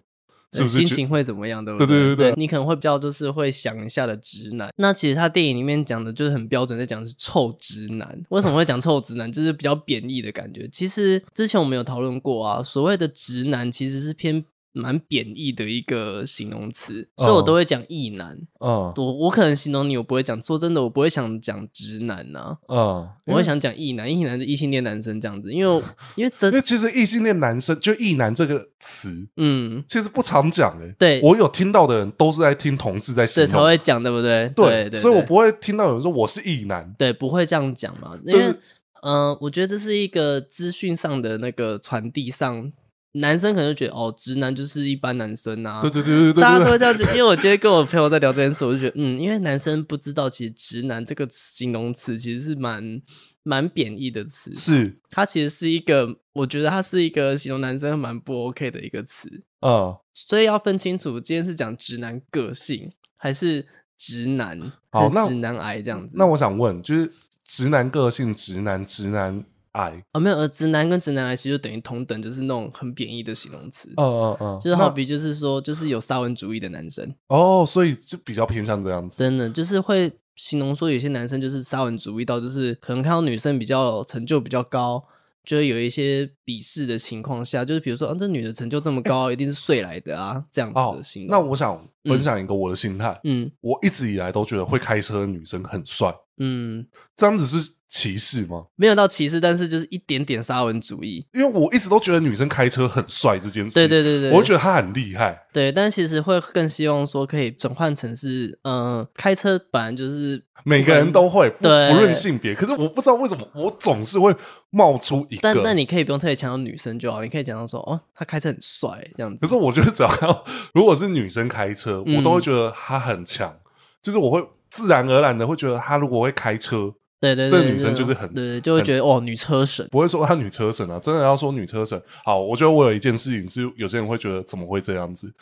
S1: 是不是
S2: 心
S1: 觉
S2: 情会怎么样？对不
S1: 对
S2: 对
S1: 对对对
S2: 你可能会比较就是会想一下的直男。那其实他电影里面讲的就是很标准，在讲的是臭直男。为什么会讲臭直男？ 就是比较贬义的感觉。其实之前我们有讨论过啊，所谓的直男其实是偏。蛮贬义的一个形容词，所以
S1: 哦
S2: 我都会讲异男。
S1: 嗯
S2: 我我可能形容你，我不会讲。说真的，我不会想讲直男呐、
S1: 嗯，
S2: 我会想讲异男。异男就异性恋男生这样子，因为因为真
S1: 因为其实异性恋男生就“异男”这个词，
S2: 嗯，
S1: 其实不常讲诶、欸。
S2: 对
S1: 我有听到的人都是在听同志在形
S2: 对才
S1: 容，
S2: 会讲，对不对？对对，
S1: 所以我
S2: 对
S1: 不会听到有人说我是异男。
S2: 对，不会这样讲嘛，因
S1: 对
S2: 为嗯、呃我觉得这是一个资讯上的那个传递上，男生可能就觉得哦，直男就是一般男生啊。
S1: 对对对对对
S2: 大
S1: 对
S2: 家都
S1: 对，
S2: 会这样觉得，因为我今天跟我朋友在聊这件事，我就觉得，嗯，因为男生不知道，其实“直男”这个形容词其实是蛮蛮贬义的词，
S1: 是
S2: 它其实是一个，我觉得它是一个形容男生蛮不 OK 的一个词，
S1: 嗯，
S2: 所以要分清楚，今天是讲直男个性还是直男，
S1: 好
S2: 还是
S1: 那
S2: 直男癌这样子。
S1: 那我想问，就是直男个性、直男、直男癌，
S2: 啊、没有，呃，直男跟直男癌其实就等于同等，就是那种很贬义的形容词，
S1: 嗯嗯嗯，
S2: 就是好
S1: 那
S2: 比就是说，就是有沙文主义的男生，
S1: 哦，所以就比较偏向这样子。
S2: 真的就是会形容说有些男生就是沙文主义到，就是可能看到女生比较成就比较高，就会有一些鄙视的情况下，就是比如说啊，这女的成就这么高，一定是睡来的啊，这样子
S1: 哦
S2: 的形，容。
S1: 那我想分享一个我的心态，
S2: 嗯
S1: 我一直以来都觉得会开车的女生很帅，
S2: 嗯，
S1: 这样子是歧视吗？
S2: 没有到歧视，但是就是一点点沙文主义。
S1: 因为我一直都觉得女生开车很帅这件事，
S2: 对对对对，
S1: 我会觉得她很厉害。
S2: 对，但其实会更希望说可以转换成是，嗯、开车本来就是
S1: 每个人都会，不不
S2: 对
S1: 论性别。可是我不知道为什么，我总是会冒出一个。
S2: 但但你可以不用特别强调女生就好，你可以讲到说，哦，他开车很帅这样子。
S1: 可是我觉得只要看到 如果是女生开车，
S2: 嗯
S1: 我都会觉得她很强，就是我会自然而然的会觉得她如果会开车，
S2: 对对
S1: 这
S2: 对，
S1: 个女生
S2: 对
S1: 就是很
S2: 对对，就会觉得哦，女车神。
S1: 不会说她女车神啊。真的要说女车神，好，我觉得我有一件事情是有些人会觉得怎么会这样子。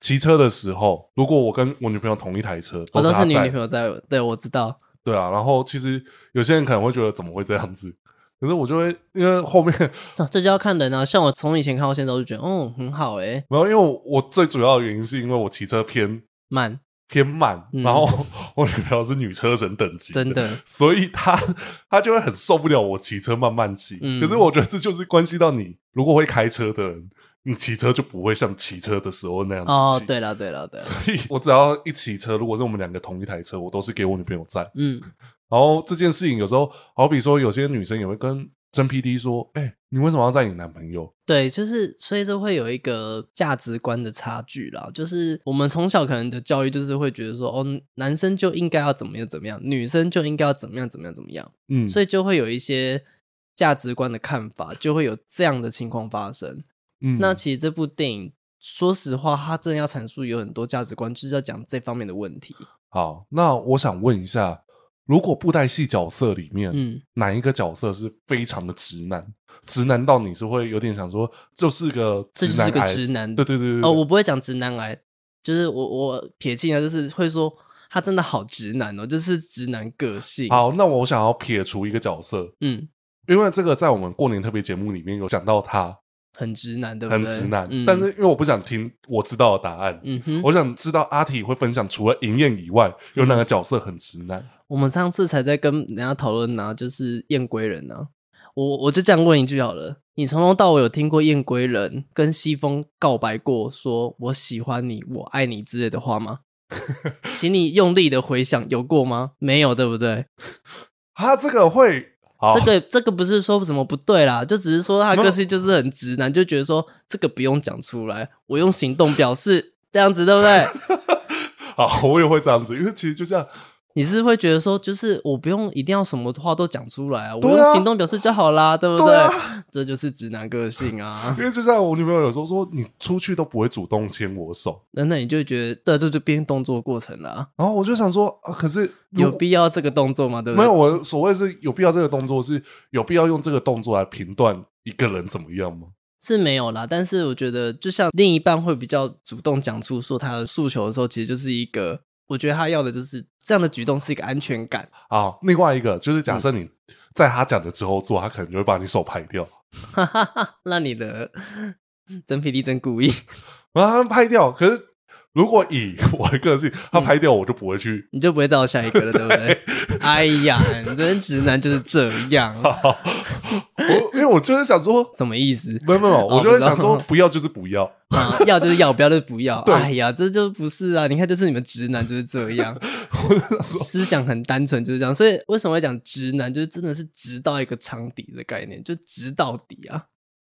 S1: 骑车的时候，如果我跟我女朋友同一台车，都
S2: 我哦都
S1: 她
S2: 是你
S1: 在
S2: 女朋友在，对我知道。
S1: 对啊，然后其实有些人可能会觉得怎么会这样子，可是我就会因为后面
S2: 那、这就要看人啊，像我从以前看到现在，我就觉得，哦，很好哎、
S1: 没有，因为我我最主要的原因是因为我骑车偏
S2: 慢，
S1: 偏慢，
S2: 嗯
S1: 然后我女朋友是女车神等级，
S2: 真， 的，
S1: 所以她她就会很受不了我骑车慢慢骑。
S2: 嗯
S1: 可是我觉得这就是关系到你，如果会开车的人，你骑车就不会像骑车的时候那样子
S2: 哦，
S1: 骑。
S2: 对了对了对了，
S1: 所以我只要一骑车，如果是我们两个同一台车，我都是给我女朋友在。
S2: 嗯，
S1: 然后这件事情有时候，好比说有些女生也会跟真 P D 说：“哎、你为什么要载你男朋友
S2: 对，就是所以就会有一个价值观的差距啦。就是我们从小可能的教育就是会觉得说，哦，男生就应该要怎么样怎么样，女生就应该要怎么样怎么样怎么样。？”
S1: 嗯，
S2: 所以就会有一些价值观的看法，就会有这样的情况发生。
S1: 嗯
S2: 那其实这部电影，说实话，它真的要阐述有很多价值观，就是要讲这方面的问题。
S1: 好，那我想问一下，如果布袋戏角色里面，
S2: 嗯，
S1: 哪一个角色是非常的直男？直男到你是会有点想说，就是个
S2: 这
S1: 直
S2: 就是
S1: 男
S2: 个
S1: 癌，
S2: 直男。
S1: 对对对对
S2: 哦，
S1: 对
S2: 我不会讲直男癌，就是我我撇清啊，就是会说他真的好直男哦，就是直男个性。，
S1: 好，那我想要撇除一个角色，
S2: 嗯，
S1: 因为这个在我们过年特别节目里面有讲到他
S2: 很直男，对不对？
S1: 很直男，
S2: 嗯、
S1: 但是因为我不想听我知道的答案，
S2: 嗯哼，
S1: 我想知道阿体会分享除了银燕以外，有哪个角色很直男？
S2: 我们上次才在跟人家讨论呢，就是燕归人呢、我我就这样问一句好了，你从头到尾有听过燕归人跟西风告白过说“我喜欢你，我爱你”之类的话吗？请你用力的回想，有过吗？没有，对不对？
S1: 他这个会好，
S2: 这个这个不是说什么不对啦，就只是说他个性就是很直男，就觉得说这个不用讲出来，我用行动表示，这样子对不对？
S1: 好，我也会这样子，因为其实就像
S2: 你是会觉得说，就是我不用一定要什么话都讲出来啊，我
S1: 对啊
S2: 用行动表示就好啦，对不
S1: 对啊
S2: 这就是直男个性啊。
S1: 因为就像我女朋友有时候说，你出去都不会主动牵我手，
S2: 那那你就会觉得，对啊，这就变动作过程啦，
S1: 然后我就想说，啊，可是如
S2: 有必要这个动作吗？对不
S1: 没有，
S2: 对？
S1: 我所谓是有必要这个动作，是有必要用这个动作来评断一个人怎么样吗？
S2: 是没有啦，但是我觉得，就像另一半会比较主动讲出说他的诉求的时候，其实就是一个，我觉得他要的就是这样的举动是一个安全感。
S1: 啊，另外一个就是假设你在他讲的之后做，他可能就会把你手拍掉，
S2: 哈哈哈，那你的真皮力真故意，
S1: 然啊后他拍掉。可是如果以我的个性，他拍掉我就不会 去。
S2: 你就不会再有下一个了，对 不对？哎呀，你真直男就是这样，
S1: 我因为我就是想说，
S2: 什么意思？
S1: 没有没有，我就是
S2: 不哦知道
S1: 想说不要就是不要。
S2: 啊， 要就是要，不要就是不要。
S1: 对
S2: 哎呀，这就不是啊！你看，就是你们直男就是这样，
S1: 我就想说，
S2: 思想很单纯，就是这样。所以为什么会讲直男，就是真的是直到一个长底的概念，就直到底啊。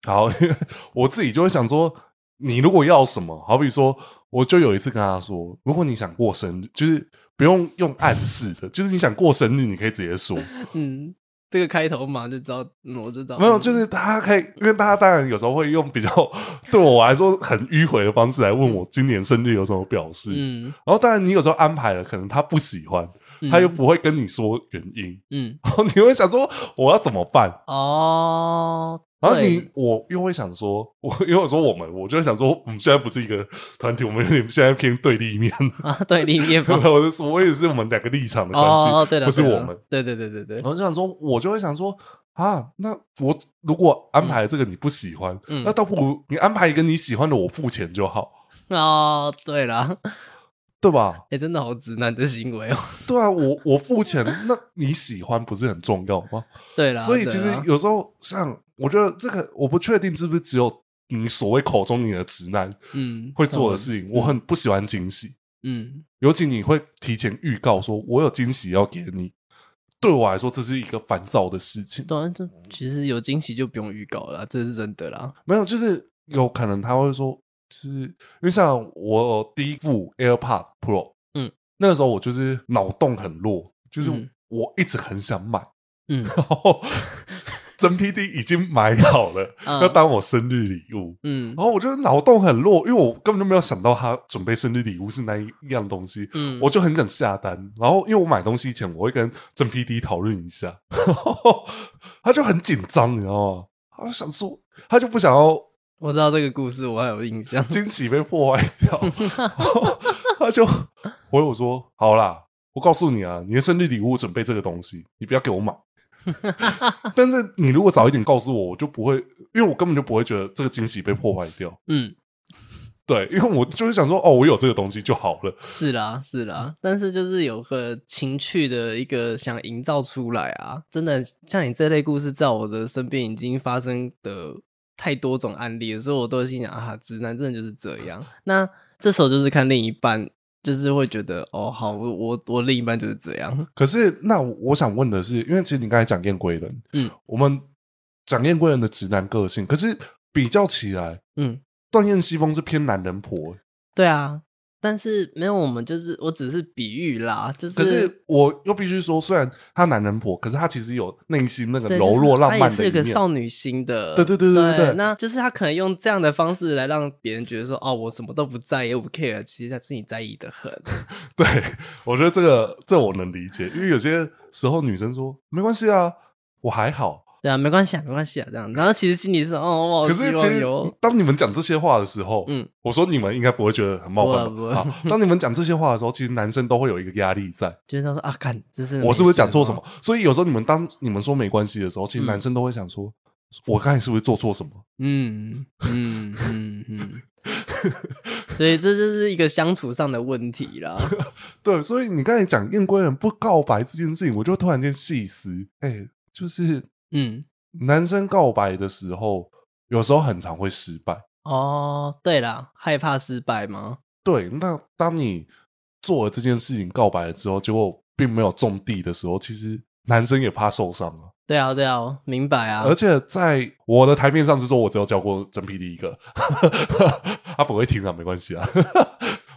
S1: 好， 因为我自己就会想说，你如果要什么，好比说，我就有一次跟他说，如果你想过生日，就是不用用暗示的，就是你想过生日，你可以直接说。
S2: 嗯，这个开头嘛就知道，嗯，我就知道，
S1: 没有，
S2: 嗯
S1: 就是大家可以，因为大家当然有时候会用比较 对我来说很迂回的方式来问我今年生日有什么表示。
S2: 嗯，
S1: 然后当然你有时候安排了，可能他不喜欢，他又不会跟你说原因，
S2: 嗯
S1: 然后你会想说我要怎么办？
S2: 哦，
S1: 然后
S2: 对
S1: 你我又会想说，我因为我说我们，我就会想说我们现在不是一个团体，我们有点现在偏对立 面。
S2: 啊，对立面
S1: 我
S2: 嘛，
S1: 的我也是我们两个立场的关系，
S2: 哦，对了，
S1: 不是
S2: 对
S1: 我
S2: 了
S1: 们。，
S2: 对对对对对
S1: 然，后就想说，我就会想说啊，那我如果安排这个你不喜欢，
S2: 嗯
S1: 那倒不如你安排一个你喜欢的，我付钱就好，
S2: 哦，对了，
S1: 对吧？
S2: 哎，真的好直男的行为哦，
S1: 对啊，我我付钱，那你喜欢不是很重要吗？
S2: 对了，
S1: 所以
S2: 对啊
S1: 其实
S2: 啦
S1: 有时候像，我觉得这个我不确定是不是只有你所谓口中你的直男
S2: 嗯
S1: 会做的，事情，我很不喜欢惊喜，
S2: 嗯，
S1: 尤其你会提前预告说我有惊喜要给你，对我来说这是一个烦躁的事情。
S2: 对啊，这其实有惊喜就不用预告了，这是真的啦，
S1: 没有，就是有可能他会说，就是因为像我第一副 AirPod Pro，
S2: 嗯，
S1: 那个时候我就是脑洞很弱，就是
S2: 嗯
S1: 我一直很想买，
S2: 嗯
S1: 然后真 PD 已经买好了，
S2: 嗯
S1: 要当哦我生日礼物。
S2: 嗯
S1: 然后我就是脑洞很弱，因为我根本就没有想到他准备生日礼物是那一样东西，
S2: 嗯，
S1: 我就很想下单，然后因为我买东西前我会跟真 P D 讨论一下，然后他就很紧张，你知道吗？他就想说，他就不想要
S2: 我知道这个故事，我还有印象，
S1: 惊喜被破坏掉， 然后他就回我说：“好啦，我告诉你啊，你的生日礼物准备这个东西，你不要给我买。 但是你如果早一点告诉我，我就不会，因为我根本就不会觉得这个惊喜被破坏掉。
S2: 嗯，
S1: 对，因为我就是想说，哦，我有这个东西就好了。
S2: 是啦，是啦，但是就是有个情趣的一个想营造出来啊，真的像你这类故事，在我的身边已经发生的太多种案例了，所以我都心想啊，直男真的就是这样。那这时候就是看另一半，就是会觉得哦，好，我我我另一半就是这样，
S1: 可是，那我想问的是，因为其实你刚才讲燕归人，
S2: 嗯，
S1: 我们讲燕归人的直男个性，可是比较起来，
S2: 嗯，
S1: 段燕西风是偏男人婆、
S2: 对啊。但是没有，我们就是我只是比喻啦，就是
S1: 可是我又必须说，虽然他男人婆，可是他其实有内心那个
S2: 对
S1: 柔弱浪漫
S2: 就是她
S1: 的一
S2: 也是个
S1: 面。
S2: 少女心的，
S1: 对对对对
S2: 对
S1: 对对
S2: 那就是她可能用这样的方式来让别人觉得说，哦，我什么都不在意，我不 care，其实她自己在意 的很。
S1: 对，我觉得这个这我能理解，因为有些时候女生说没关系啊，我还好。
S2: 对啊，没关系啊，没关系啊，这样。然后其实心里是哦，我好
S1: 可是
S2: 希
S1: 其
S2: 望
S1: 实
S2: 有，
S1: 当你们讲这些话的时候，
S2: 嗯，
S1: 我说你们应该不会觉得很冒犯
S2: 不会啊
S1: 吧？
S2: 不会
S1: 好，当你们讲这些话的时候，其实男生都会有一个压力在，
S2: 就是她说啊，看这是
S1: 我是不是讲错
S2: 没事
S1: 什
S2: 吗
S1: 么？？所以有时候你们当你们说没关系的时候，其实
S2: 嗯
S1: 男生都会想说，我刚才是不是做错什么？
S2: 嗯嗯嗯嗯。所以这就是一个相处上的问题啦。
S1: 对，所以你刚才讲燕归人不告白这件事情，我就突然间细思，哎、就是
S2: 嗯，
S1: 男生告白的时候，有时候很常会失败。
S2: 哦，对啦，害怕失败吗？
S1: 对，那当你做了这件事情告白了之后，结果并没有中地的时候，其实男生也怕受伤啊。
S2: 对啊，对啊，明白啊。
S1: 而且在我的台面上是说，我只有教过真 PD 一个， 他不会听啊，没关系啊。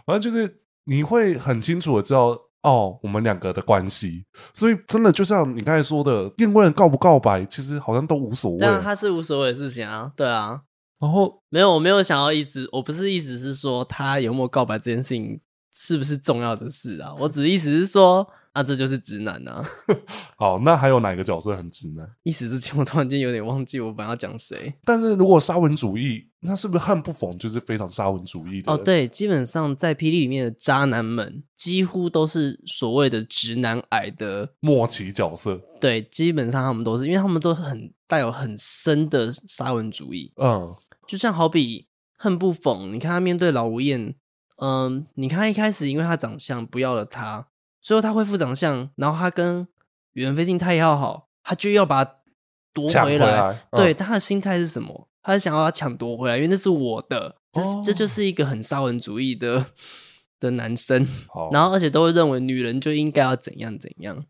S1: 反正就是你会很清楚的知道哦，我们两个的关系。所以真的就像你刚才说的，辩论告不告白，其实好像都无所谓。
S2: 但他是无所谓的事情啊，对啊，
S1: 然后
S2: 没有，我没有想要一直，我不是意思是说他有没有告白这件事情是不是重要的事啊，我只是意思是说啊，这就是直男啊，
S1: 好，那还有哪个角色很直男？
S2: 一时之间我突然间有点忘记我本来要讲谁
S1: 但是如果沙文主义，那是不是恨不逢就是非常沙文主义的？
S2: 哦，，对，基本上在霹雳里面的渣男们几乎都是所谓的直男癌的。
S1: 默契角色，
S2: 对，基本上他们都是，因为他们都很带有很深的沙文主义，
S1: 嗯，
S2: 就像好比恨不逢，你看他面对老吴燕，嗯，你看他一开始因为他长相不要了他，最后他恢复长相，然后他跟宇文飞进太要好，他就要把他夺
S1: 抢回
S2: 来。
S1: 来嗯
S2: 对，但他的心态是什么？他是想要把他抢夺回来，因为那是我的。这是、这
S1: 哦
S2: 就是一个很沙文主义的的男生，
S1: 好，
S2: 然后而且都会认为女人就应该要怎样怎样，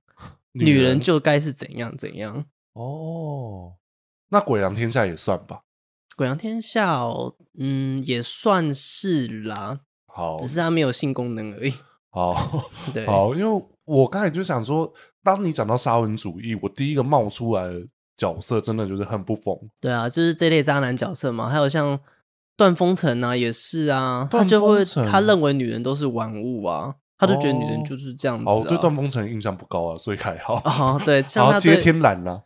S2: 女人就该是怎样怎样。
S1: 哦，那鬼狼天下也算吧。
S2: 鬼阳天下、哦，嗯，也算是啦，
S1: 好
S2: 只是它没有性功能而已。
S1: 好
S2: 对，
S1: 好，因为我刚才就想说，当你讲到沙文主义，我第一个冒出来的角色真的就是恨不逢。
S2: 对啊，就是这类渣男角色嘛。还有像段风尘啊，也是啊，他
S1: 段
S2: 就
S1: 风
S2: 会
S1: 尘
S2: 他认为女人都是玩物啊，他就觉得女
S1: 哦
S2: 人就是这样子、啊
S1: 好，我对段风尘印象不高啊，所以还 好。
S2: 哦，对，像
S1: 好，
S2: 他
S1: 接
S2: 对
S1: 天蓝啊啦、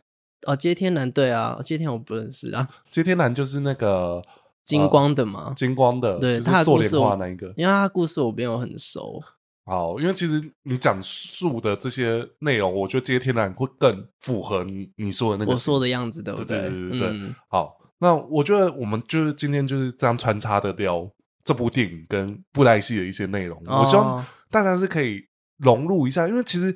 S2: 哦，接天男对啊，接天我不认识啊，
S1: 接天蓝就是那个
S2: 金光的嘛，
S1: 金光的，
S2: 对
S1: 就
S2: 他
S1: 是
S2: 的
S1: 做
S2: 故
S1: 莲
S2: 事
S1: 花
S2: 我
S1: 那一个。
S2: 因为他的故事我没有很熟。
S1: 好，因为其实你讲述的这些内容，我觉得接天蓝会更符合你你说的那个。
S2: 我说的样子对不
S1: 对对对对对
S2: 嗯，
S1: 好，那我觉得我们就是今天就是这样穿插的聊这部电影跟布袋戏的一些内容。我希望
S2: 哦
S1: 大家是可以融入一下，因为其实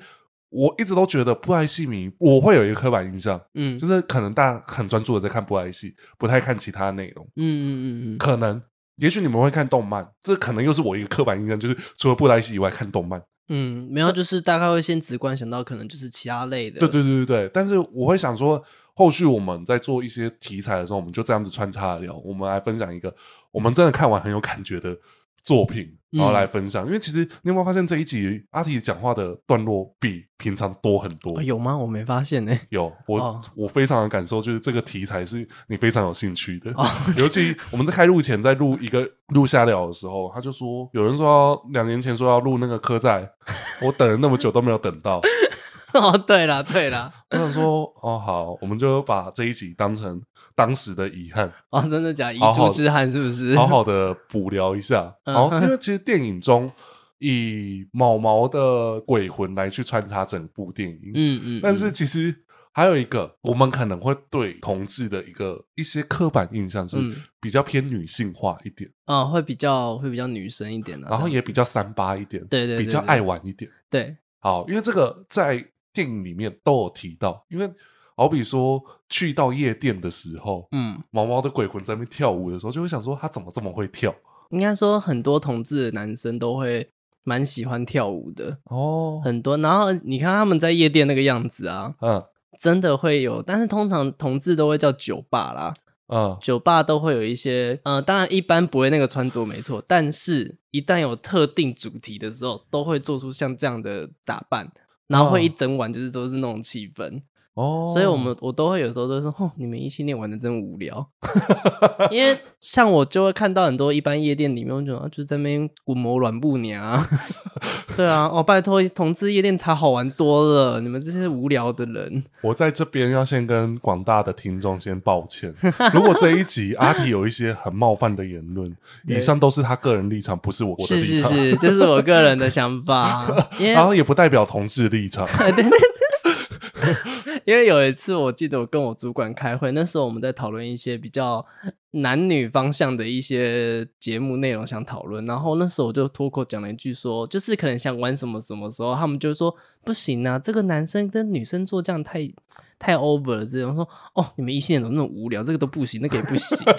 S1: 我一直都觉得布袋戏迷，我会有一个刻板印象，
S2: 嗯
S1: 就是可能大家很专注的在看布袋戏，不太看其他内容。
S2: 嗯嗯嗯嗯，
S1: 可能，也许你们会看动漫，这可能又是我一个刻板印象，就是除了布袋戏以外看动漫。
S2: 嗯，没有，就是大概会先直观想到可能就是其他类的，
S1: 对对对对对，但是我会想说，后续我们在做一些题材的时候，我们就这样子穿插着聊，我们来分享一个我们真的看完很有感觉的作品，
S2: 嗯
S1: 然后来分享。因为其实你有没有发现这一集阿提讲话的段落比平常多很多？
S2: 哦有吗？我没发现呢、
S1: 有我、
S2: 哦
S1: 我非常有感受，就是这个题材是你非常有兴趣的。
S2: 哦，
S1: 尤其我们在开录前，在录一个录瞎聊的时候，他就说有人说要两年前说要录那个科仔，我等了那么久都没有等到。
S2: 哦，对啦，对啦，
S1: 我想说，哦，好，我们就把这一集当成当时的遗憾，
S2: 哦，真的假的？遗
S1: 好好
S2: 珠之憾是不是？嗯
S1: 好好的补聊一下。然后，因为其实电影中以毛毛的鬼魂来去穿插整部电影，
S2: 嗯嗯，
S1: 但是其实还有一个，我们可能会对同志的一个一些刻板印象是
S2: 嗯
S1: 比较偏女性化一点，
S2: 啊、哦，会比较会比较女生一点啦，
S1: 然后
S2: 这样
S1: 也比较三八一点，
S2: 啊对对对
S1: 比较
S2: 对
S1: 爱玩一点。
S2: 对，
S1: 好，因为这个在电影里面都有提到，因为好比说去到夜店的时候，
S2: 嗯，
S1: 毛毛的鬼魂在那边跳舞的时候，就会想说他怎么这么会跳
S2: 应该说很多同志的男生都会蛮喜欢跳舞的，
S1: 哦，
S2: 很多。然后你看他们在夜店那个样子啊，
S1: 嗯
S2: 真的会有，但是通常同志都会叫酒吧啦，
S1: 嗯，
S2: 酒吧都会有一些，呃，当然一般不会那个穿着没错，但是一旦有特定主题的时候，都会做出像这样的打扮，然后会一整晚就是都是那种气氛，
S1: 哦，
S2: 所以我们我都会有时候都会说，哦，你们异性恋玩的真 无聊，因为像我就会看到很多一般夜店里面，我就觉得啊就在那边滚磨软布 娘、啊，对啊，哦，拜托，同志夜店才好玩多了，你们这些无聊的人，
S1: 我在这边要先跟广大的听众先抱歉， 如果这一集阿提有一些很冒犯的言论，以上都是他个人立场，不是我我的
S2: 是
S1: 立
S2: 是
S1: 场，
S2: 是，这是我个人的想法，啊因为
S1: 然后也不代表同志立场。
S2: 因为有一次，我记得我跟我主管开会，那时候我们在讨论一些比较男女方向的一些节目内容，想讨论。然后那时候我就脱口讲了一句说，就是可能想玩什么什么时候，他们就说不行啊，这个男生跟女生做这样太太 over 了。这种说哦，你们异性恋怎么那么无聊？这个都不行，那个也不行。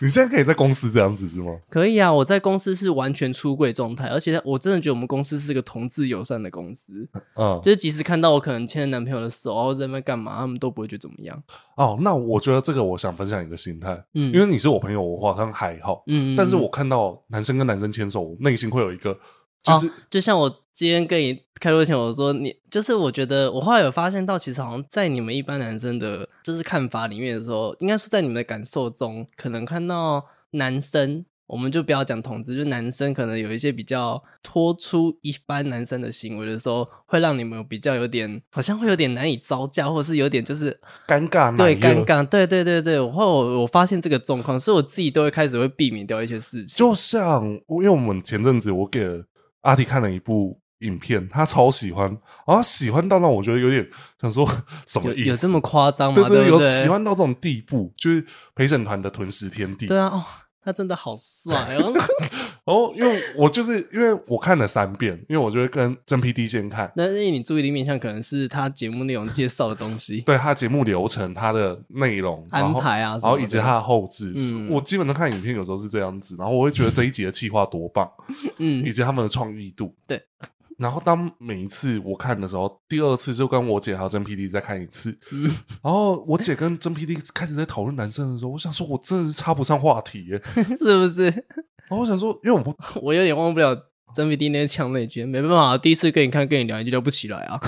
S1: 你现在可以在公司这样子是吗？
S2: 可以啊，我在公司是完全出柜状态，而且我真的觉得我们公司是个同志友善的公司，
S1: 嗯，
S2: 就是即使看到我可能牵着男朋友的手，然后在那边干嘛，他们都不会觉得怎么样。
S1: 哦，那我觉得这个我想分享一个心态，
S2: 嗯，
S1: 因为你是我朋友，我好像还好，
S2: 嗯，
S1: 但是我看到男生跟男生牵手，我内心会有一个就是、
S2: 哦、就像我今天跟你开录前，我说你就是我觉得我后来有发现到，其实好像在你们一般男生的，就是看法里面的时候，应该说在你们的感受中，可能看到男生，我们就不要讲同志，就男生可能有一些比较脱出一般男生的行为的时候，会让你们比较有点好像会有点难以招架，或者是有点就是
S1: 尴尬
S2: 对
S1: 奶油
S2: 尴尬，对对对对，我后我我发现这个状况，所以我自己都会开始会避免掉一些事情，
S1: 就像因为我们前阵子我给了阿迪看了一部影片，他超喜欢，然后喜欢到让我觉得有点想说什么
S2: 有
S1: 意思？
S2: 有这么夸张
S1: 对
S2: 吗？
S1: 对，
S2: 对不
S1: 有
S2: 对，
S1: 喜欢到这种地步，就是陪审团的吞食天地。
S2: 对啊，哦，他真的好帅哦！
S1: 然后因为我就是因为我看了三遍，因为我就会跟真 P D 先看，
S2: 那因为你注意力面向可能是他节目内容介绍的东西，
S1: 对他节目流程、他的内容
S2: 安排啊
S1: 然
S2: 什
S1: 后
S2: 么
S1: 然后以及
S2: 的
S1: 他的后置，
S2: 嗯
S1: 我基本上看影片有时候是这样子，然后我会觉得这一集的企划多棒，以
S2: 嗯，
S1: 及他们的创意度。
S2: 对。
S1: 然后当每一次我看的时候，第二次就跟我姐还有真 P D 再看一次，
S2: 嗯
S1: 然后我姐跟真 P D 开始在讨论男生的时候，我想说我真的是插不上话题耶，
S2: 是不是？
S1: 然后我想说，因为我不
S2: 我有点忘不了真 VD 那些呛那句，没办法，第一次跟你看跟你聊，你就聊不起来 啊。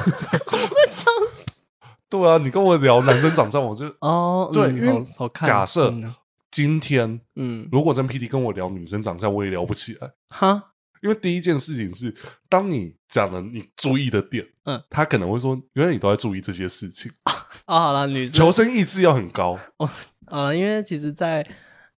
S1: 对啊，你跟我聊男生长相，我就
S2: 哦，
S1: 对
S2: 嗯
S1: 因为
S2: 好好看。
S1: 假设
S2: 嗯
S1: 今天
S2: 嗯，
S1: 如果真 P D 跟我聊女生长相，我也聊不起来。
S2: 哈，
S1: 因为第一件事情是，当你讲了你注意的点，
S2: 嗯，
S1: 他可能会说，原来你都在注意这些事情，
S2: 哦，好了，女生
S1: 求生意志要很高。
S2: 啊，因为其实在，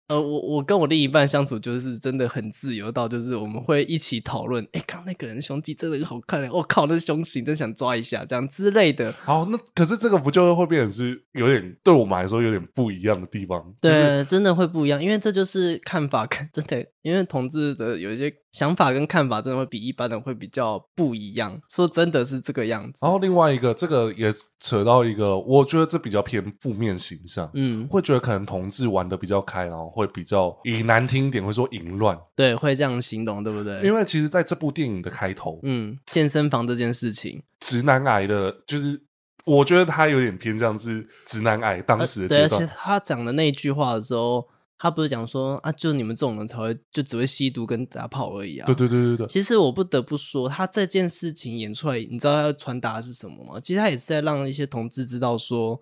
S2: 呃，我我跟我另一半相处就是真的很自由到，就是我们会一起讨论，哎，刚那个人胸肌真的很好看，我、靠，那胸型真想抓一下，这样之类的。
S1: 好，那可是这个不就会变成是有点对我们来说有点不一样的地方？就是、
S2: 对，真的会不一样，因为这就是看法跟真的，因为同志的有一些想法跟看法，真的会比一般人会比较不一样。说真的是这个样子，
S1: 然后另外一个，这个也扯到一个，我觉得这比较偏负面形象。
S2: 嗯，
S1: 会觉得可能同志玩的比较开，然后会比较以难听一点会说淫乱，
S2: 对，会这样形容，对不对？
S1: 因
S2: 为
S1: 为其实在这部电影的开头，
S2: 嗯，健身房这件事情，
S1: 直男癌的，就是我觉得他有点偏向是直男癌当
S2: 呃
S1: 时的
S2: 对，
S1: 阶
S2: 而
S1: 段
S2: 且，他讲的那一句话的时候，他不是讲说啊，就你们这种人才会就只会吸毒跟打炮而已啊。
S1: 对对对对对，
S2: 其实我不得不说，他这件事情演出来，你知道他要传达的是什么吗？其实他也是在让一些同志知道说，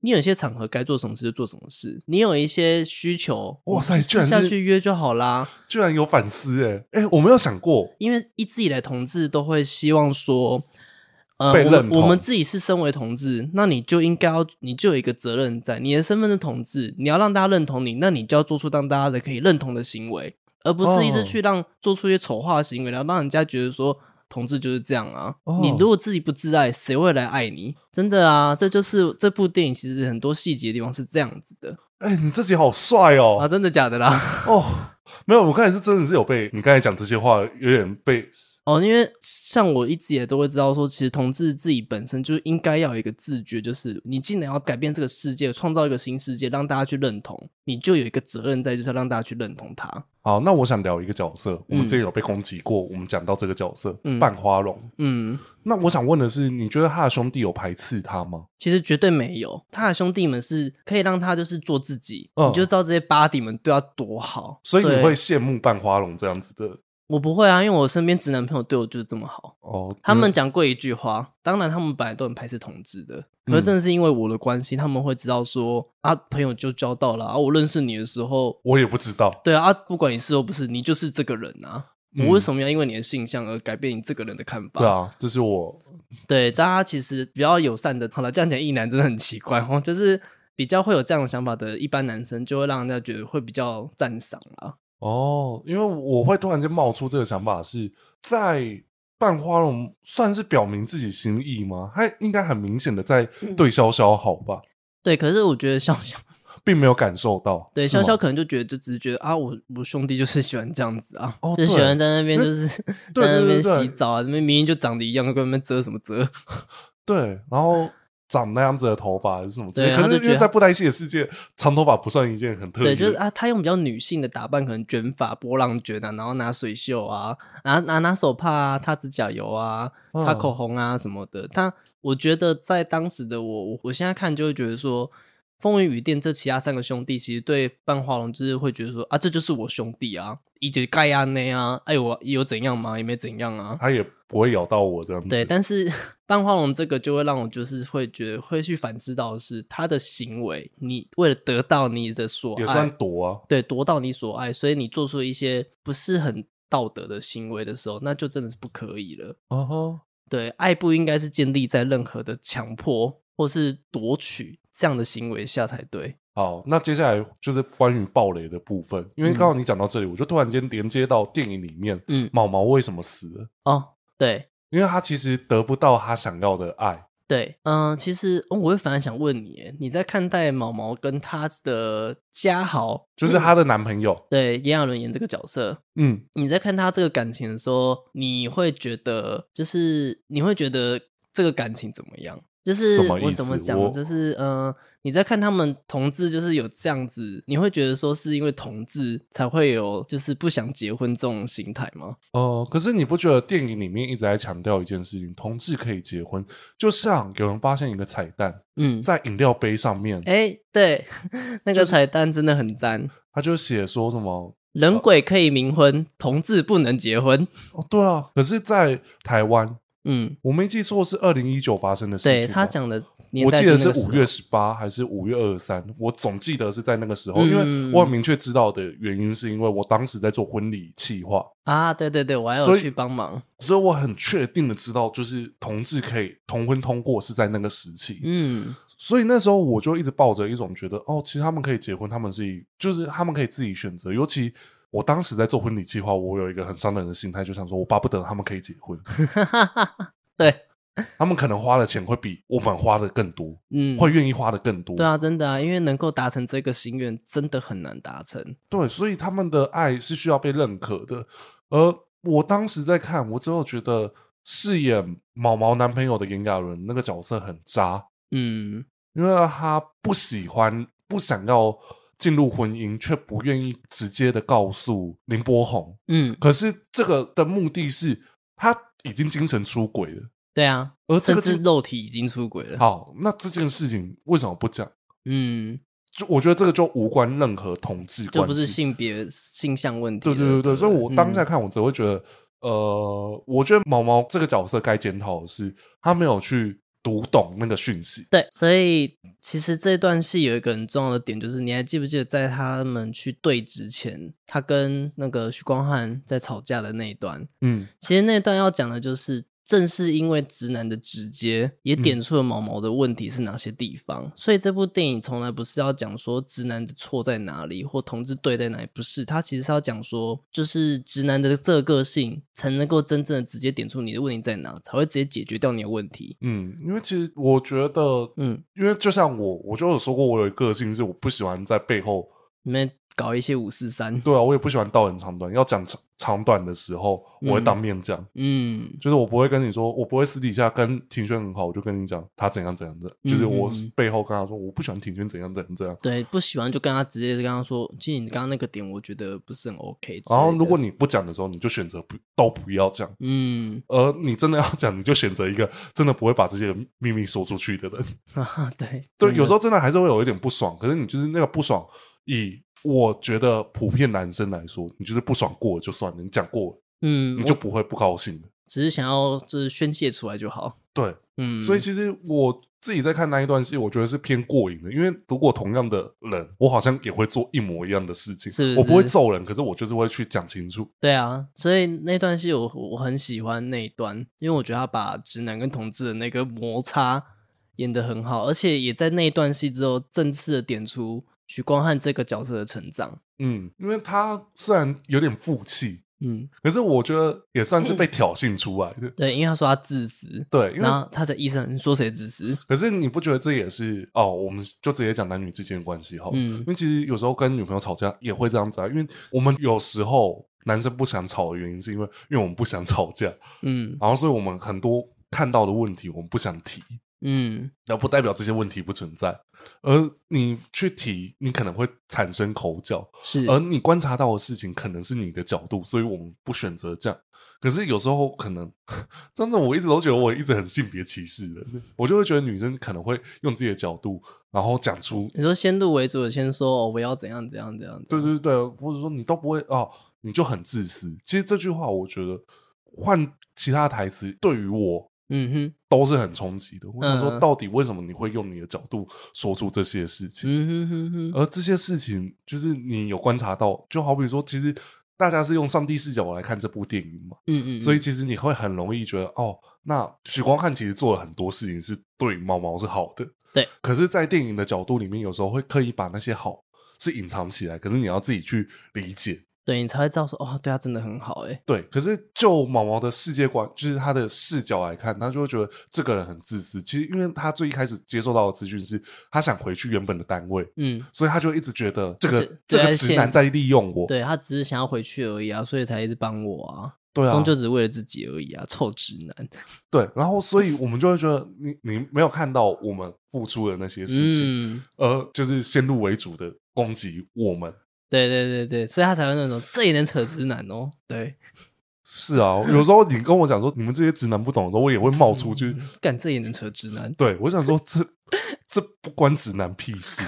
S2: 你有一些场合该做什么事就做什么事，你有一些需求，
S1: 哇塞
S2: 你就
S1: 居然是
S2: 下去约就好啦。
S1: 居然有反思哎、欸、哎、我没有想过，
S2: 因为一直以来同志都会希望说，呃，
S1: 被
S2: 我
S1: 认
S2: 们
S1: 同
S2: 我们自己是身为同志，那你就应该要，你就有一个责任在，你的身份是同志，你要让大家认同你，那你就要做出让大家的可以认同的行为，而不是一
S1: 哦
S2: 直去让、做出一些丑化的行为，然后让人家觉得说。同志就是这样啊！
S1: 哦
S2: 你如果自己不自爱，谁会来爱你？真的啊，这就是这部电影其实很多细节的地方是这样子的
S1: 哎、你自己好帅
S2: 啊，
S1: 哦
S2: 真的假的啦？
S1: 哦，没有，我刚才是真的是有被你刚才讲这些话，有点被
S2: 哦，因为像我一直也都会知道说，其实同志自己本身就应该要有一个自觉，就是你既然要改变这个世界，创造一个新世界，让大家去认同，你就有一个责任在，就是要让大家去认同他。
S1: 好。那我想聊一个角色，我们
S2: 嗯
S1: 之前有被攻击过，我们讲到这个角色
S2: 嗯
S1: 半花龙。
S2: 嗯，
S1: 那我想问的是，你觉得他的兄弟有排斥他吗？
S2: 其实绝对没有，他的兄弟们是可以让他就是做自己，
S1: 嗯
S2: 你就知道这些巴迪们对他多好。
S1: 所以你
S2: 对
S1: 会羡慕半花龙这样子的
S2: 我不会啊，因为我身边直男朋友对我就是这么好。
S1: 哦？
S2: 他们
S1: 嗯
S2: 讲过一句话，当然他们本来都很排斥同志的，可是
S1: 嗯
S2: 正是因为我的关系，他们会知道说啊，朋友就交到了啊，我认识你的时候，
S1: 我也不知道，
S2: 对啊，啊不管你是或不是，你就是这个人啊。
S1: 嗯
S2: 我为什么要因为你的性向而改变你这个人的看法？
S1: 对，啊，这是我
S2: 对，大家其实比较友善的。好了，这样讲异男真的很奇怪哦，就是比较会有这样的想法的一般男生，就会让人家觉得会比较赞赏啊啦。
S1: 哦，因为我会突然间冒出这个想法是，在半花龙算是表明自己心意吗？他应该很明显的在
S2: 嗯
S1: 对潇潇好吧，
S2: 对，可是我觉得笑笑，
S1: 并没有感受到。
S2: 对
S1: 是吗
S2: 潇潇可能就觉得就只是觉得啊，我我兄弟就是喜欢这样子啊，
S1: 哦
S2: 就喜
S1: 对
S2: 欢在那边
S1: 因为
S2: 就是
S1: 对
S2: 在
S1: 对
S2: 那
S1: 对
S2: 边
S1: 对
S2: 洗澡啊，那边明明就长得一样，跟他们遮什么遮？
S1: 对，然后长那样子的头发还是什么之类，
S2: 对
S1: 可
S2: 他就是
S1: 因
S2: 觉
S1: 为
S2: 得
S1: 在布袋戏的世界，长头发不算一件很特别
S2: 对，
S1: 的，
S2: 就是啊，他用比较女性的打扮，可能卷发、波浪卷啊，然后拿水袖啊，拿拿拿手帕啊，擦指甲油啊，擦
S1: 嗯
S2: 口红啊什么的。他我觉得在当时的我，我我现在看就会觉得说，风云雨电这其他三个兄弟其实对半花龙就是会觉得说啊，这就是我兄弟啊，伊就是盖亚内啊，哎，我有怎样吗？也没怎样啊。
S1: 它也不会咬到我这样子。
S2: 对，但是 半花龙这个就会让我就是会觉得会去反思到的是他的行为，你为了得到你的所
S1: 也算
S2: 爱，
S1: 躲啊。
S2: 对，夺到你所爱，所以你做出一些不是很道德的行为的时候，那就真的是不可以了。
S1: 哦吼，
S2: 对，爱不应该是建立在任何的强迫或是夺取这样的行为下才对。
S1: 好，那接下来就是关于暴雷的部分，因为刚好你讲到这里，我就突然间连接到电影里面
S2: 嗯，
S1: 毛毛为什么死了，
S2: 哦，对
S1: 因为他其实得不到他想要的爱。
S2: 对，嗯、其实、哦我会反而想问你耶，你在看待毛毛跟他的嘉豪，
S1: 就是她的男朋友，
S2: 对炎亚纶演这个角色，
S1: 嗯，
S2: 你在看他这个感情的时候，你会觉得就是你会觉得这个感情怎么样？就是
S1: 什么意思
S2: 我怎么
S1: 我
S2: 讲？就是呃，你在看他们同志，就是有这样子，你会觉得说是因为同志才会有就是不想结婚这种心态吗？
S1: 哦、可是你不觉得电影里面一直在强调一件事情，同志可以结婚？就像有人发现一个彩蛋，
S2: 嗯，
S1: 在饮料杯上面，
S2: 哎、对， 那个彩蛋真的很赞，
S1: 他就写说什么？
S2: 人鬼可以冥婚，同志不能结婚。
S1: 哦，对啊，可是，在台湾，
S2: 嗯，
S1: 我没记错是二零一九发生的事情
S2: 对
S1: 吗。
S2: 他讲的年
S1: 哦我
S2: 代
S1: 记
S2: 就
S1: 得是
S2: 那个时候，
S1: 五月十八还是五月二十三，我总记得是在那个时候，因
S2: 嗯
S1: 为我很明确知道的原因，是因为我当时在做婚礼企划，
S2: 啊，对对对，我还有
S1: 所以
S2: 去帮忙。
S1: 所以我很确定的知道，就是同志可以同婚通过是在那个时期。
S2: 嗯
S1: 所以那时候我就一直抱着一种觉得，哦，其实他们可以结婚，他们是一就是他们可以自己选择。尤其我当时在做婚礼计划，我有一个很伤人的心态，就想说我巴不得他们可以结婚，
S2: 对，
S1: 他们可能花的钱会比我们花的更多，
S2: 嗯，
S1: 会愿意花的更多。
S2: 对啊，真的啊，因为能够达成这个心愿真的很难达成。
S1: 对，所以他们的爱是需要被认可的。而我当时在看，我只有觉得饰演毛毛男朋友的炎亚纶那个角色很渣，
S2: 嗯，
S1: 因为他不喜欢、不想要进入婚姻，却不愿意直接的告诉林柏宏。
S2: 嗯，
S1: 可是这个的目的是他已经精神出轨了，
S2: 对啊，
S1: 而这
S2: 甚
S1: 个
S2: 至
S1: 精
S2: 肉体已经出轨了。
S1: 好，那这件事情为什么不讲？
S2: 嗯，
S1: 就我觉得这个就无关任何同志关系，
S2: 就不是性别性向问题
S1: 对
S2: 了。
S1: 对对对，
S2: 不
S1: 所以我当下
S2: 嗯
S1: 看，我只会觉得，呃，我觉得毛毛这个角色该检讨的是，他没有去读懂那个讯息。
S2: 对，所以其实这段戏有一个很重要的点，就是你还记不记得在他们去对峙前，他跟那个许光汉在吵架的那一段？
S1: 嗯，
S2: 其实那段要讲的就是，正是因为直男的直接，也
S1: 嗯
S2: 点出了毛毛的问题是哪些地方。所以这部电影从来不是要讲说直男的错在哪里，或同志对在哪里，不是。它其实是要讲说，就是直男的这个个性，才能够真正的直接点出你的问题在哪，才会直接解决掉你的问题。
S1: 嗯，因为其实我觉得，
S2: 嗯，
S1: 因为就像我，我就有说过，我有一个性是我不喜欢在背后，
S2: 你们搞一些五四三，
S1: 对啊，我也不喜欢道很长短。要讲长长短的时候，我会
S2: 嗯
S1: 当面讲，
S2: 嗯
S1: 就是我不会跟你说，我不会私底下跟庭轩很好，我就跟你讲他怎样怎样的，就是我
S2: 嗯嗯嗯
S1: 背后跟他说，我不喜欢庭轩怎样怎样怎样。
S2: 对，不喜欢就跟他直接跟他说，其实你刚刚那个点，我觉得不是很 OK 之类的。
S1: 然后如果你不讲的时候，你就选择不都不要讲。
S2: 嗯，
S1: 而你真的要讲，你就选择一个真的不会把这些秘密说出去的人。
S2: 啊，对，
S1: 对，有时
S2: 候
S1: 候真的还是会有一点不爽，可是你就是那个不爽，以我觉得普遍男生来说，你就是不爽过了就算了，你讲过了
S2: 嗯，
S1: 你就不会不高兴了。
S2: 只是想要就是宣泄出来就好。
S1: 对，
S2: 嗯，
S1: 所以其实我自己在看那一段戏，我觉得是偏过瘾的，因为如果同样的人，我好像也会做一模一样的事情，
S2: 是
S1: 我不会
S2: 是
S1: 揍人，可是我就是会去讲清楚。
S2: 对啊，所以那段戏我我很喜欢那一段，因为我觉得他把直男跟同志的那个摩擦演得很好，而且也在那一段戏之后正式的点出许光汉这个角色的成长。
S1: 嗯，因为他虽然有点负气，
S2: 嗯，
S1: 可是我觉得也算是被挑衅出来的。
S2: 对，因为他说他自私，
S1: 对，因为
S2: 然后他才意识到你说谁自私。
S1: 可是你不觉得这也是哦？我们就直接讲男女之间的关系好了，
S2: 嗯
S1: 因为其实有时候跟女朋友吵架也会这样子啊。因为我们有时候男生不想吵的原因，是因为因为我们不想吵架，
S2: 嗯
S1: 然后所以我们很多看到的问题我们不想提，
S2: 嗯，
S1: 那不代表这些问题不存在。而你去提，你可能会产生口角，
S2: 是，
S1: 而你观察到的事情可能是你的角度，所以我们不选择这样。可是有时候可能， 真的我一直都觉得我一直很性别歧视的，我就会觉得女生可能会用自己的角度，然后讲出，
S2: 你说先入为主的先说哦，我要怎样怎样怎样，
S1: 对对对，或者说你都不会哦，你就很自私。其实这句话，我觉得换其他台词对于我
S2: 嗯哼，
S1: 都是很冲击的。我想说，
S2: 嗯
S1: 到底为什么你会用你的角度说出这些事情？
S2: 嗯哼哼哼，
S1: 而这些事情，就是你有观察到，就好比说，其实大家是用上帝视角来看这部电影嘛，
S2: 嗯嗯，
S1: 所以
S2: 嗯
S1: 其实你会很容易觉得，哦，那许光汉其实做了很多事情是对毛毛是好的，
S2: 对。
S1: 可是，在电影的角度里面，有时候会刻意把那些好是隐藏起来，可是你要自己去理解。
S2: 对你才会知道说，哦，对他真的很好，哎，
S1: 对，可是就毛毛的世界观，就是他的视角来看，他就会觉得这个人很自私。其实，因为他最一开始接受到的资讯是，他想回去原本的单位，
S2: 嗯，
S1: 所以他就一直觉得这个
S2: 这
S1: 这
S2: 这
S1: 个
S2: 在
S1: 直
S2: 现
S1: 男在利用我。
S2: 对他只是想要回去而已啊，所以才一直帮我啊，
S1: 对啊
S2: 终，究只是为了自己而已啊，臭直男，
S1: 对。然后，所以我们就会觉得你你没有看到我们付出的那些事情，
S2: 嗯，
S1: 而呃就是先入为主的攻击我们。
S2: 对对对对，所以他才会那种这也能扯直男哦，对，
S1: 是啊，有时候你跟我讲说你们这些直男不懂的时候，我也会冒出去。
S2: 干这也能扯直男，
S1: 对我想说这这不关直男屁事，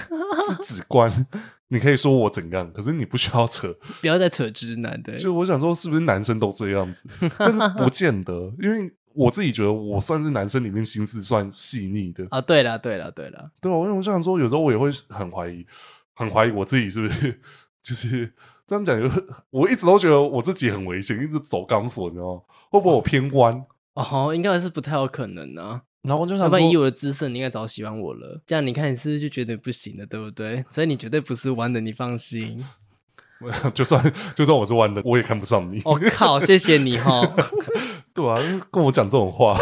S1: 这只关你可以说我怎样，可是你不需要扯。
S2: 不要再扯直男，对，
S1: 就我想说，是不是男生都这样子？但是不见得，因为我自己觉得我算是男生里面心思算细腻的。
S2: 啊，对了对了对了，
S1: 对啊，因为我想说，有时候我也会很怀疑，很怀疑我自己是不是就是这样讲，就是我一直都觉得我自己很危险，一直走钢索，你知道吗？会不会我偏弯？
S2: 哦，应该是不太有可能啊，
S1: 然后我就
S2: 要
S1: 想
S2: 不然以
S1: 说，
S2: 我的姿色，你应该早喜欢我了。这样你看，你是不是就觉得不行了，对不对？所以你绝对不是弯的，你放心。
S1: 就算就算我是弯的，我也看不上你。
S2: 我、哦靠，谢谢你哈。
S1: 对啊，跟我讲这种 话，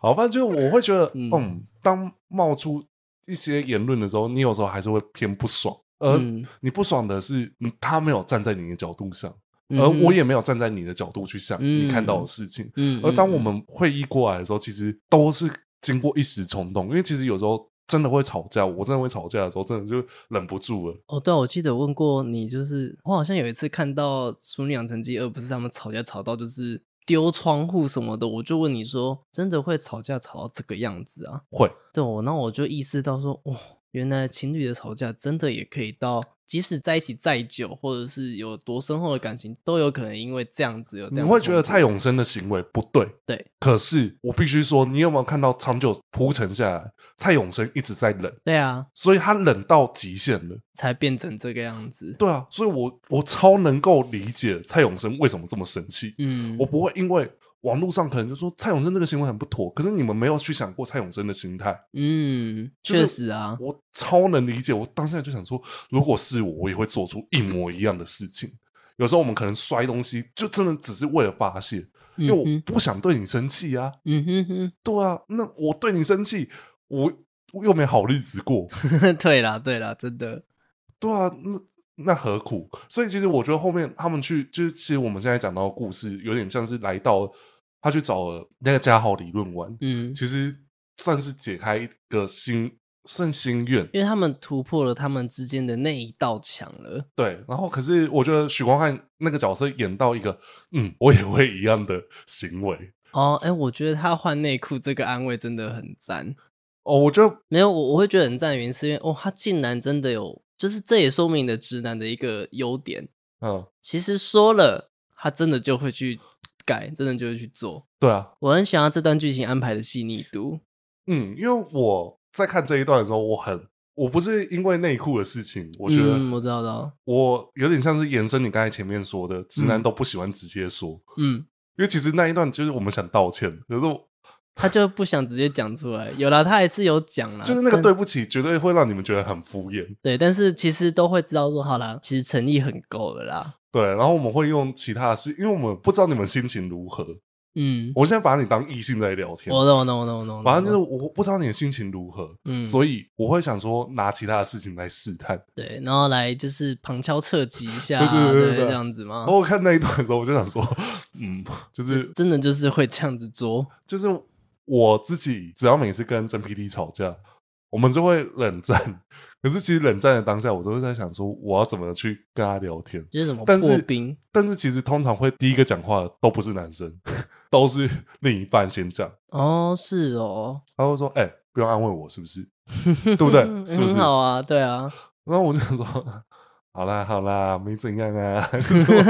S1: 好，反正就是我会觉得，嗯
S2: 嗯
S1: 当冒出一些言论的时候，你有时候还是会偏不爽， 而
S2: 嗯
S1: 你不爽的是，嗯他没有站在你的角度上，
S2: 嗯
S1: 而
S2: 哼
S1: 我，也没有站在你的角度去想
S2: 嗯
S1: 你看到的事情。
S2: 嗯
S1: 而当我，
S2: 嗯
S1: 们会议过来的时候，其实都是经过一时冲动，因为其实有时候真的会吵架，我真的会吵架的时候，真的就忍不住了。
S2: 哦，对啊、我记得我问过你，就是我好像有一次看到《淑女养成记二》，不是他们吵架吵到就是丢窗户什么的，我就问你说，真的会吵架吵到这个样子啊？
S1: 会，
S2: 对我，那我就意识到说，哦，原来情侣的吵架真的也可以到，即使在一起再久，或者是有多深厚的感情，都有可能因为这样子有这
S1: 你
S2: 样。
S1: 会觉得蔡永生的行为不对，
S2: 对
S1: 可是我必须说，你有没有看到长久铺陈下来，蔡永生一直在冷，
S2: 对啊，
S1: 所以他冷到极限了。
S2: 才变成这个样子。
S1: 对啊，所以我我超能够理解蔡永生为什么这么生气。
S2: 嗯，
S1: 我不会因为网络上可能就说蔡永生这个行为很不妥，可是你们没有去想过蔡永生的心态。
S2: 嗯，
S1: 就是
S2: 确实啊，
S1: 我超能理解，我当下就想说，如果是我，我也会做出一模一样的事情。有时候我们可能摔东西，就真的只是为了发泄，因为
S2: 嗯
S1: 我
S2: 哼，
S1: 不想对你生气啊。
S2: 嗯哼
S1: 对啊，那我对你生气，我我又没好日子过。
S2: 嗯哼， 对啦，对啦，真的，
S1: 对啊，那那何苦？所以其实我觉得后面他们去，就是其实我们现在讲到的故事，有点像是来到他去找了那个嘉豪理论玩，
S2: 嗯，
S1: 其实算是解开一个心算心愿。
S2: 因为他们突破了他们之间的那一道墙了。
S1: 对，然后可是我觉得许光汉那个角色演到一个，嗯，我也会一样的行为
S2: 哦，哎，我觉得他换内裤这个安慰真的很赞。
S1: 哦，我觉得
S2: 没有，我我会觉得很赞的原因是因为哦，他竟然真的有，就是这也说明了直男的一个优点。
S1: 嗯，
S2: 其实说了，他真的就会去改，真的就会去做。
S1: 对啊，
S2: 我很想要这段剧情安排的细腻度。
S1: 嗯，因为我在看这一段的时候，我很我不是因为内裤的事情，我觉得
S2: 嗯，我知道，知道，
S1: 我有点像是延伸你刚才前面说的，直男
S2: 嗯
S1: 都不喜欢直接说，
S2: 嗯，
S1: 因为其实那一段就是我们想道歉，可是我
S2: 他就不想直接讲出来。有啦，他还是有讲啦，
S1: 就是那个
S2: 但
S1: 对不起，绝对会让你们觉得很敷衍。
S2: 对，但是其实都会知道说，好啦，其实诚意很够了啦。
S1: 对，然后我们会用其他的事，因为我们不知道你们心情如何。
S2: 嗯，
S1: 我现在把你当异性在聊天，
S2: 我懂，我懂，我懂，我懂。
S1: 反正就是
S2: 是
S1: 我不知道你的心情如何，
S2: 嗯
S1: 所以我会想说拿其他的事情来试探。
S2: 对，然后来就是旁敲侧击一 下
S1: 对对
S2: 啊，
S1: 对对对
S2: 这样子吗
S1: 然？后我看那一段的时候，我就想说，嗯， 就是
S2: 真的就是会这样子做。
S1: 就是我自己，只要每次跟真 PD 吵架，我们就会冷战。 可是其实冷战的当下，我都会在想说，我要怎么去跟他聊天。
S2: 就是什么
S1: 但是
S2: 破冰，
S1: 但是其实通常会第一个讲话的都不是男生， 都是另一半先讲。
S2: 哦，是哦，嗯
S1: 他会说：“哎、不用安慰我，是不是？对不对？是不是
S2: 很好啊，对啊，？”
S1: 然后我就想说，好啦好啦，没怎样啊。 就是我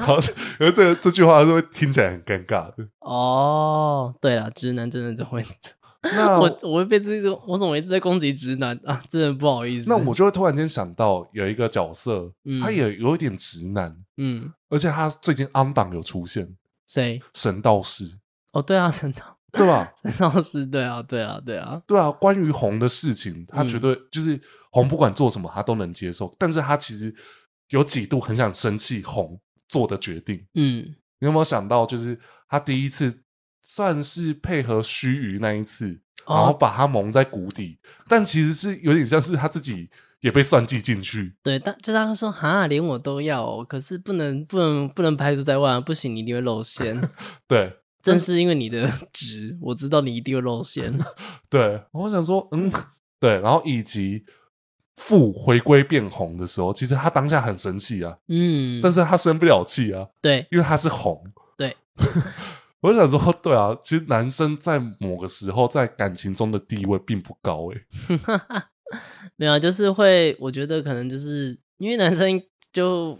S1: 好， 然后这这句话是会听起来很尴尬的。
S2: 哦，对了，直男真的就会，
S1: 那
S2: 我我会被这种，我怎么一直在攻击直男啊？真的不好意思。
S1: 那我就会突然间想到有一个角色，
S2: 嗯
S1: 他也有一点直男，
S2: 嗯，
S1: 而且他最近安档有出现
S2: 谁？
S1: 神道士，
S2: 哦，对啊，陈道
S1: 对吧？
S2: 陈道师，对啊，对啊，对啊，
S1: 对啊，关于红的事情，他
S2: 嗯
S1: 绝对就是红，不管做什么他都能接受，但是他其实有几度很想生气红做的决定。
S2: 嗯
S1: 你有没有想到，就是他第一次算是配合须臾那一次，
S2: 哦
S1: 然后把他蒙在鼓底，但其实是有点像是他自己也被算计进去。
S2: 对，但就他说哈，连我都要哦，可是不能不能不能排除在外啊，不行，你一定会 露馅。
S1: 对
S2: 正是因为你的 直，我知道你一定会露 馅。
S1: 对，我想说，嗯，对，然后以及父回归变红的时候，其实他当下很生气啊，
S2: 嗯，
S1: 但是他生不了气啊，
S2: 对
S1: 因为他是红。
S2: 对，
S1: 我就想说，对啊，其实男生在某个时候在感情中的地位并不高、欸，
S2: 没有啊，就是会，我觉得可能就是因为男生就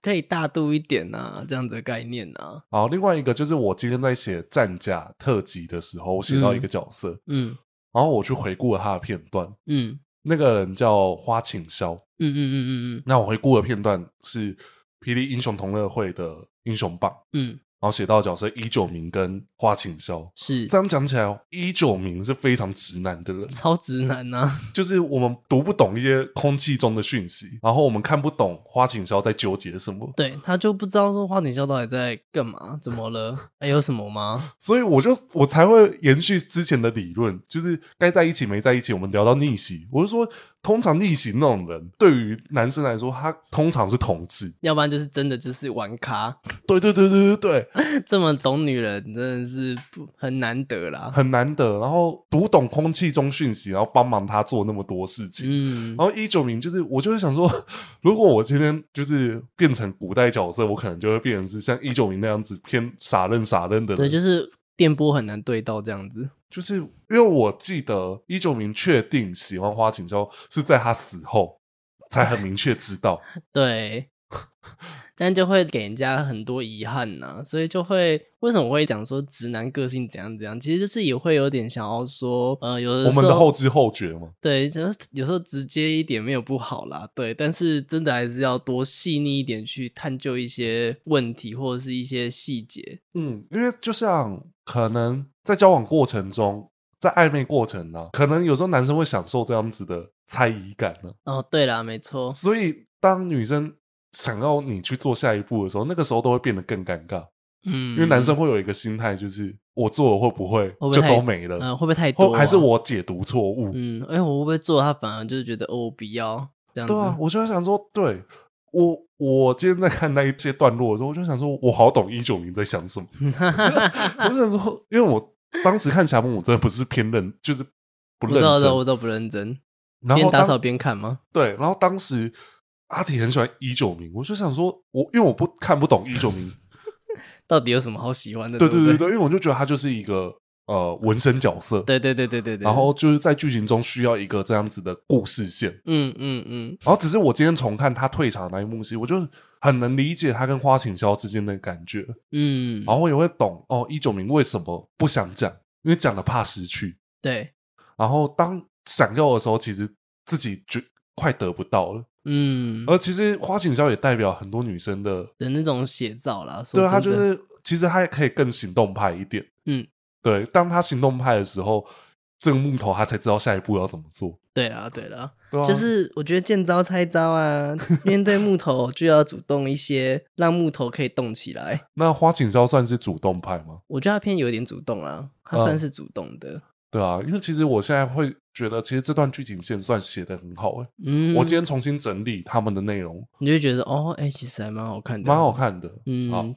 S2: 可以大度一点呐、啊，这样子的概念呐、啊。
S1: 好，另外一个就是我今天在写战甲特辑的时候，我写到一个角色，
S2: 嗯
S1: 然后我去回顾了他的片段，
S2: 嗯
S1: 那个人叫花请霄。
S2: 嗯嗯嗯嗯
S1: 那我回顾的片段是霹雳英雄同乐会的英雄榜，
S2: 嗯嗯，
S1: 然后写到的角色一九明跟花请霄。
S2: 是
S1: 这样讲起来，哦一九明是非常直男的人，
S2: 超直男呐、啊。
S1: 就是我们读不懂一些空气中的讯息，然后我们看不懂花请霄在纠结什么，
S2: 对他就不知道说花锦笑到底在干嘛，怎么了？哎，有什么吗？
S1: 所以我就我才会延续之前的理论，就是该在一起没在一起。我们聊到逆袭，我是说，通常逆袭那种人，对于男生来说，他通常是同志。
S2: 要不然就是真的就是玩咖，
S1: 对对对对对对，
S2: 这么懂女人真的是不很难得啦。
S1: 很难得。然后读懂空气中讯息，然后帮忙他做那么多事情。
S2: 嗯
S1: 然后一九名就是，我就会想说，如果我今天就是变成古代角色，我可能就会变成是像一九名那样子偏傻愣傻愣的人。
S2: 对，就是电波很难对到这样子。
S1: 就是因为我记得一九明确定喜欢花锦绣是在他死后才很明确知 道，
S2: 对，但就会给人家很多遗憾呐、所以就会为什么我会讲说直男个性怎样怎样，其实就是也会有点想要说，呃，有
S1: 我
S2: 时
S1: 们的
S2: 候
S1: 后知后觉嘛。
S2: 对，就是有时候直接一点没有不好啦，对，但是真的还是要多细腻一点去探究一些问题或者是一些细节。
S1: 嗯，因为就像可能在交往过程中，在暧昧过程呢、可能有时候男生会享受这样子的猜疑感呢、
S2: 哦，对啦，没错，
S1: 所以当女生想要你去做下一步的时候，那个时候都会变得更尴尬，
S2: 嗯，
S1: 因为男生会有一个心态，就是我做了会不会
S2: 不会
S1: 就
S2: 太
S1: 都没了，
S2: 呃会不会太
S1: 或
S2: 多、
S1: 还是，我解读错误？
S2: 嗯，哎、我会不会做他反而就是觉得哦，我不要这样子，
S1: 对啊，我就想说，对我我今天在看那一些段落的时候，我就想说，我好懂一九零在想 什么。我就想说，因为我当时看《侠梦》，我真的不是偏认，就是不
S2: 我
S1: 认
S2: 知道，我知道，我
S1: 真。
S2: 知道不认真，
S1: 然
S2: 边
S1: 后
S2: 打
S1: 当
S2: 扫边看吗？
S1: 对，然后当时阿铁很喜欢一九零，我就想说，我因为我不看不懂一九 零，
S2: 到底有什么好喜欢的？
S1: 对
S2: 对
S1: 对对
S2: 不
S1: 对，因为我就觉得他就是一个呃纹身角色，
S2: 对对对对对对。
S1: 然，后就是在剧情中需要一个这样子的故事线。
S2: 嗯嗯嗯，
S1: 然后只是我今天重看他退场的那一幕戏，我就很能理解他跟花锦霄之间的感觉，
S2: 嗯，
S1: 然后我也会懂哦，一九明为什么不想讲，因为讲了怕失去，
S2: 对，
S1: 然后当想要的时候，其实自己觉快得不到了。
S2: 嗯，
S1: 而其实花锦霄也代表很多女生的，
S2: 的那种写照啦。说
S1: 对啊她就
S2: 真的，
S1: 是其实她也可以更行动派一点，
S2: 嗯，
S1: 对，当她行动派的时候，这个木头她才知道下一步要怎么做，
S2: 对啦对啦，
S1: 对啊，
S2: 就是我觉得见招拆招啊，面对木头就要主动一些，让木头可以动起来。
S1: 那花锦霄算是主动派吗？
S2: 我觉得他偏有点主动啦，他
S1: 嗯
S2: 算是主动的。
S1: 对啊，因为其实我现在会觉得，其实这段剧情线算写的很好诶、
S2: 嗯，
S1: 我今天重新整理他们的内容，
S2: 你就会觉得哦，哎，其实还蛮好看的，哦
S1: 蛮好。看的。好
S2: 嗯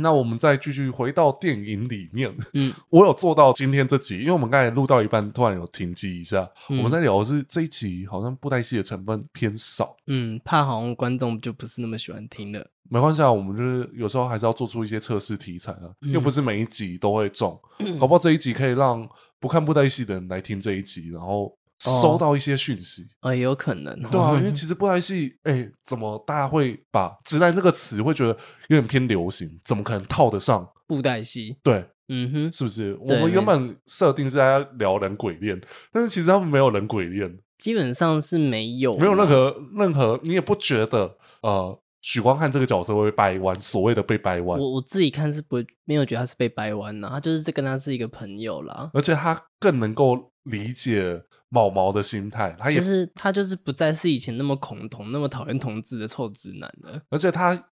S1: 那我们再继续回到电影里面，
S2: 嗯，
S1: 我有做到今天这集，因为我们刚才录到一半，突然有停机一下。
S2: 嗯
S1: 我们在聊的是这一集好像布袋戏的成分偏少，
S2: 嗯，怕好像观众就不是那么喜欢听了。
S1: 没关系啊，我们就是有时候还是要做出一些测试题材啊，
S2: 嗯
S1: 又不是 每一集都会中，搞不好这一集可以让不看布袋戏的人来听这一集，然后
S2: 哦
S1: 收到一些讯息。
S2: 呃，也有可能哦。
S1: 对啊，因为其实布袋戏，哎、怎么大家会把“直男”这个词会觉得有点偏流行？怎么可能套得上？
S2: 布袋戏，
S1: 对，
S2: 嗯哼，
S1: 是不是？我
S2: 对
S1: 们原
S2: 没
S1: 本设定是在聊人鬼恋，但是其实他们没有人鬼恋，
S2: 基本上是没有，
S1: 没有任。何任何，你也不觉得呃，许光汉这个角色会被掰弯，所谓的被掰弯，
S2: 我我自己看是不会没有觉得他是被掰弯的，他就是这跟他是一个朋友啦，
S1: 而且他更能够理解毛毛的心态，他也，
S2: 就是他就是不再是以前那么恐同、那么讨厌同志的臭直男了。
S1: 而且他。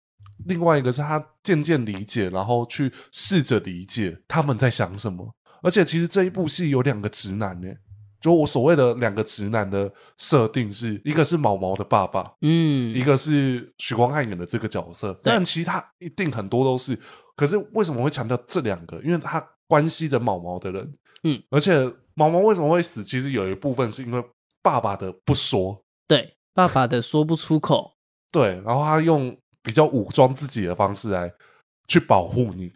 S1: 另外一个是他渐渐理解，然后去试着理解他们在想什么。而且其实这一部戏有两个直男呢、就我所谓的两个直男的设定是，一个是毛毛的爸爸，一
S2: 嗯，
S1: 个是许光汉演的这个角色，但其他一定很多都是。可是为什么会强调这两个？因为他关系着毛毛的人，
S2: 嗯，
S1: 而且毛毛为什么会死？其实有一部分是因为爸爸的不说，
S2: 对，爸爸的说不出口，
S1: 对，然后他用比较武装自己的方式来去保护你，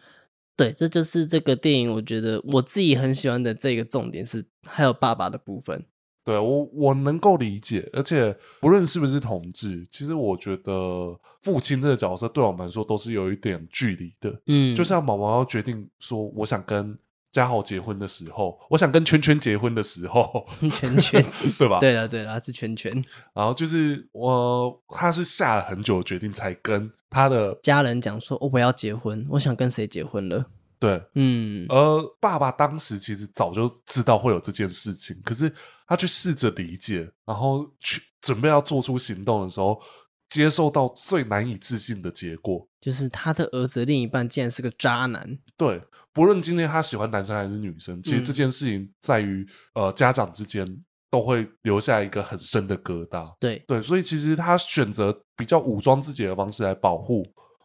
S2: 对，这就是这个电影，我觉得我自己很喜欢的这个重点是，还有爸爸的部分。
S1: 对我我能够理解，而且不论是不是同志，其实我觉得父亲这个角色对我们来说都是有一点距离的，
S2: 嗯，
S1: 就像毛毛要决定说，我想跟嘉豪结婚的时候，我想跟圈圈结婚的时候，
S2: 圈圈。
S1: 对吧？。
S2: 对了对了，是圈圈。
S1: 然后就是我，他是下了很久的决定才跟他的
S2: 家人讲说，哦，我要结婚，我想跟谁结婚了。
S1: 对，
S2: 嗯，
S1: 呃，爸爸当时其实早就知道会有这件事情，可是他去试着理解，然后去准备要做出行动的时候，接受到最难以置信的结果。
S2: 就是他的儿子的另一半竟然是个渣男。
S1: 对，不论今天他喜欢男生还是女生，其实
S2: 嗯
S1: 这件事情在于、呃家长之间都会留下一个很深的疙瘩。
S2: 对，
S1: 对，所以其实他选择比较武装自己的方式来保护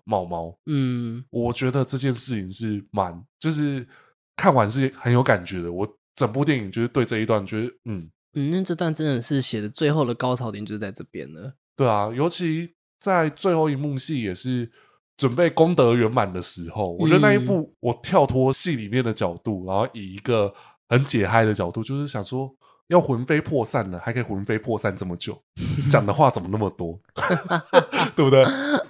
S1: 毛毛，
S2: 嗯，
S1: 我觉得这件事情是蛮就是看完是很有感觉的。我整部电影就是对这一段觉得嗯，
S2: 嗯，那这段真的是写的最后的高潮点就在这边了。
S1: 对啊，尤其在最后一幕戏也是准备功德圆满的时候，我觉得那一幕我跳脱戏里面的角度，然后以一个很解嗨的角度，就是想说要魂飞魄散了，还可以魂飞魄散这么久，讲的话怎么那么多， 对不对？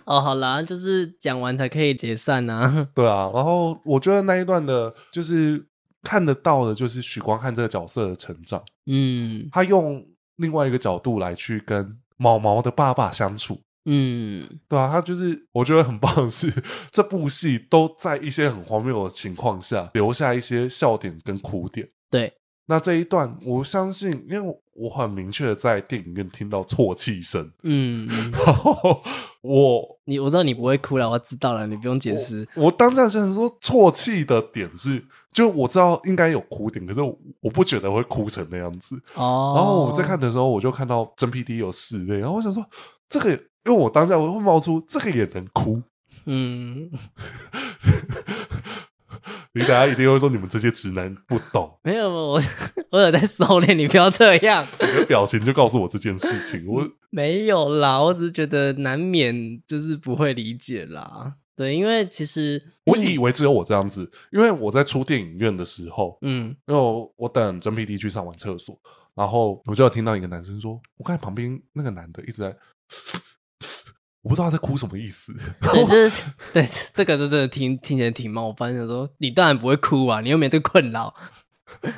S2: 哦，好啦，就是讲完才可以解散啊。
S1: 对啊，然后我觉得那一段的就是看得到的，就是许光汉这个角色的成长，
S2: 嗯
S1: 他用另外一个角度来去跟毛毛的爸爸相处，
S2: 嗯，
S1: 对啊，他就是我觉得很棒的是， 这部戏都在一些很荒谬的情况下留下一些笑点跟哭点。
S2: 对，
S1: 那这一段，我相信，因为我很明确的在电影院听到啜泣声，
S2: 嗯，
S1: 然后我
S2: 你我知道你不会哭了，我知道了，你不用解释。
S1: 我当下想说，啜泣的点是，就我知道应该有哭点，可是我我不觉得会哭成那样子。
S2: 哦，
S1: 然后我在看的时候，我就看到真 P D 有室泪，然后我想说，这个，因为我当下我会冒出这个也能哭，
S2: 嗯，
S1: 你等下一定会说你们这些直男不懂，
S2: 没有，我 我有在收敛，你不要这样。
S1: 你的表情就告诉我这件事情。我
S2: 没有啦，我只是觉得难免就是不会理解啦。对，因为其实，
S1: 我以为只有我这样子，因为我在出电影院的时候，
S2: 嗯，
S1: 因为我我等真 P D 去上完厕所，然后我就有听到一个男生说，我看旁边那个男的一直在， 我不知道他在哭什么意思。
S2: 对，就是对这个就真的听听起来挺冒犯的。说你当然不会哭啊，你又没这困扰。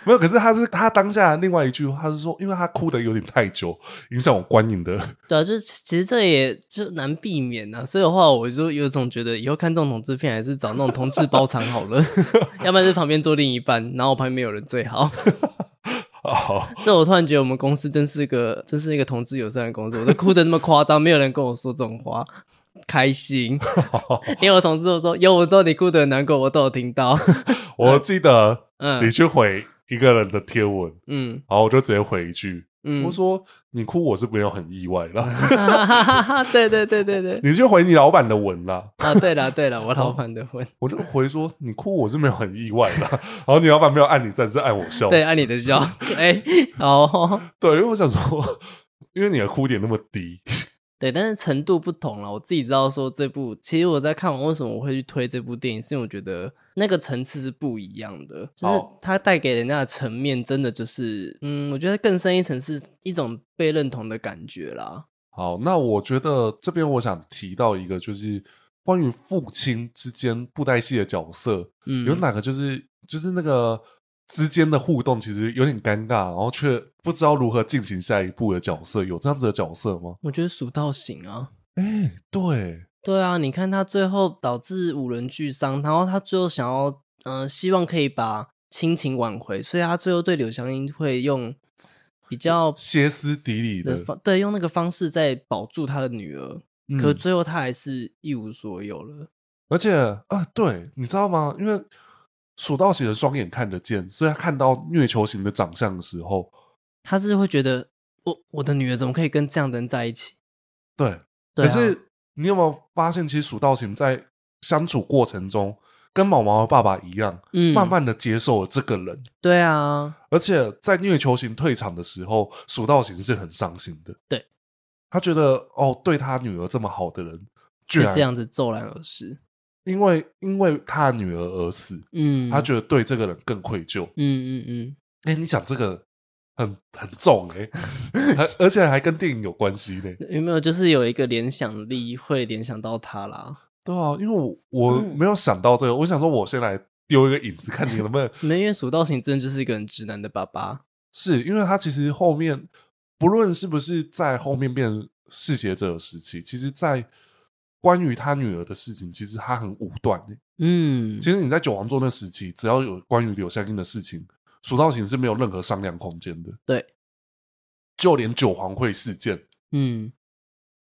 S1: 没有，可是他是 他当下另外一句话他是说，因为他哭的有点太久，影响我观影的。
S2: 对啊，就是其实这也就难避免呐、所以的话，我就有种觉得以后看这种同志片，还是找那种同志包场好了， 要不然就旁边坐另一半，然后我旁边没有人最好。
S1: 好，
S2: 所以我突然觉得我们公司真是个真是一个同志友善的公司，我都哭的那么夸张，没有人跟我说这种话，开心。因为我同事都说，有我知道你哭的难过，我都有听到。
S1: 我记得你
S2: 嗯
S1: 去回一个人的贴文，
S2: 嗯
S1: 然后我就直接回一句，
S2: 嗯，
S1: 我说你哭我是没有很意外啦，
S2: 哈哈哈哈，对对对对对。
S1: 你就回你老板的文啦。
S2: 啊，对了对了，我老板的婚，
S1: 我就回说你哭我是没有很意外啦，然后你老板没有按你赞，是按我笑。
S2: 对，啊按你的笑， 哎，哦，
S1: 对因为我想说，因为你的哭点那么低，
S2: 对，但是程度不同了。我自己知道说这部，其实我在看完为什么我会去推这部电影，是因为我觉得那个层次是不一样的，就是
S1: 哦
S2: 它带给人家的层面真的就是，嗯，我觉得更深一层是一种被认同的感觉啦。
S1: 好，那我觉得这边我想提到一个，就是关于父亲之间布袋戏的角色，
S2: 嗯，
S1: 有哪个就是就是那个之间的互动其实有点尴尬，然后却不知道如何进行下一步的角色，有这样子的角色吗？
S2: 我觉得蜀道行啊，
S1: 哎、对，
S2: 对啊，你看他最后导致五人俱伤，然后他最后想要，嗯、希望可以把亲情挽回，所以他最后对柳湘英会用比较
S1: 歇斯底里
S2: 的
S1: 的，
S2: 方，对，用那个方式在保住他的女儿，
S1: 嗯
S2: 可最后他还是一无所有了。
S1: 而且啊，对，你知道吗？因为蜀道喜的双眼看得见，所以他看到虐囚型的长相的时候，
S2: 他是会觉得，我我的女儿怎么可以跟这样的人在一起？
S1: 对，
S2: 对、
S1: 可
S2: 啊，
S1: 是你有没有发现，其实蜀道行在相处过程中，跟毛毛的爸爸一样，
S2: 嗯，
S1: 慢慢的接受了这个人，
S2: 对啊，
S1: 而且在虐囚行退场的时候，蜀道行是很伤心的。
S2: 对，
S1: 他觉得哦，对他女儿这么好的人，居
S2: 就
S1: 然
S2: 这样子骤然而逝。
S1: 因为因为他女儿而死，
S2: 嗯，
S1: 他觉得对这个人更愧疚。
S2: 嗯嗯嗯，
S1: 哎、你讲这个很很重 哎、还而且还跟电影有关系呢、
S2: 有没有就是有一个联想力会联想到他啦？
S1: 对啊，因为我我
S2: 嗯
S1: 没有想到这个，我想说我先来丢一个影子，看你能不能
S2: 没，因为蜀道行真的就是一个很直男的爸爸。
S1: 是因为他其实后面不论是不是在后面变嗜血者的时期，其实，在关于他女儿的事情，其实他很武断欸、
S2: 嗯，
S1: 其实你在九王座那时期，只要有关于柳湘英的事情，蜀道行是没有任何商量空间的。
S2: 对，
S1: 就连九皇会事件，
S2: 嗯，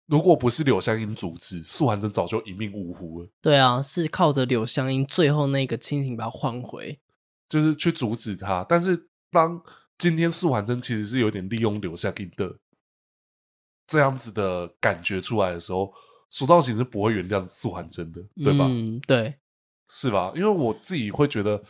S1: 如果不是柳湘英阻止，素还真早就一命呜呼了。
S2: 对啊，是靠着柳湘英最后那个亲情把他换回。
S1: 就是去阻止他。但是当今天素还真其实是有点利用留下给的这样子的感觉出来的时候，蜀道行是不会原谅素还真的，对吧？
S2: 嗯，对，
S1: 是吧？因为我自己会觉得，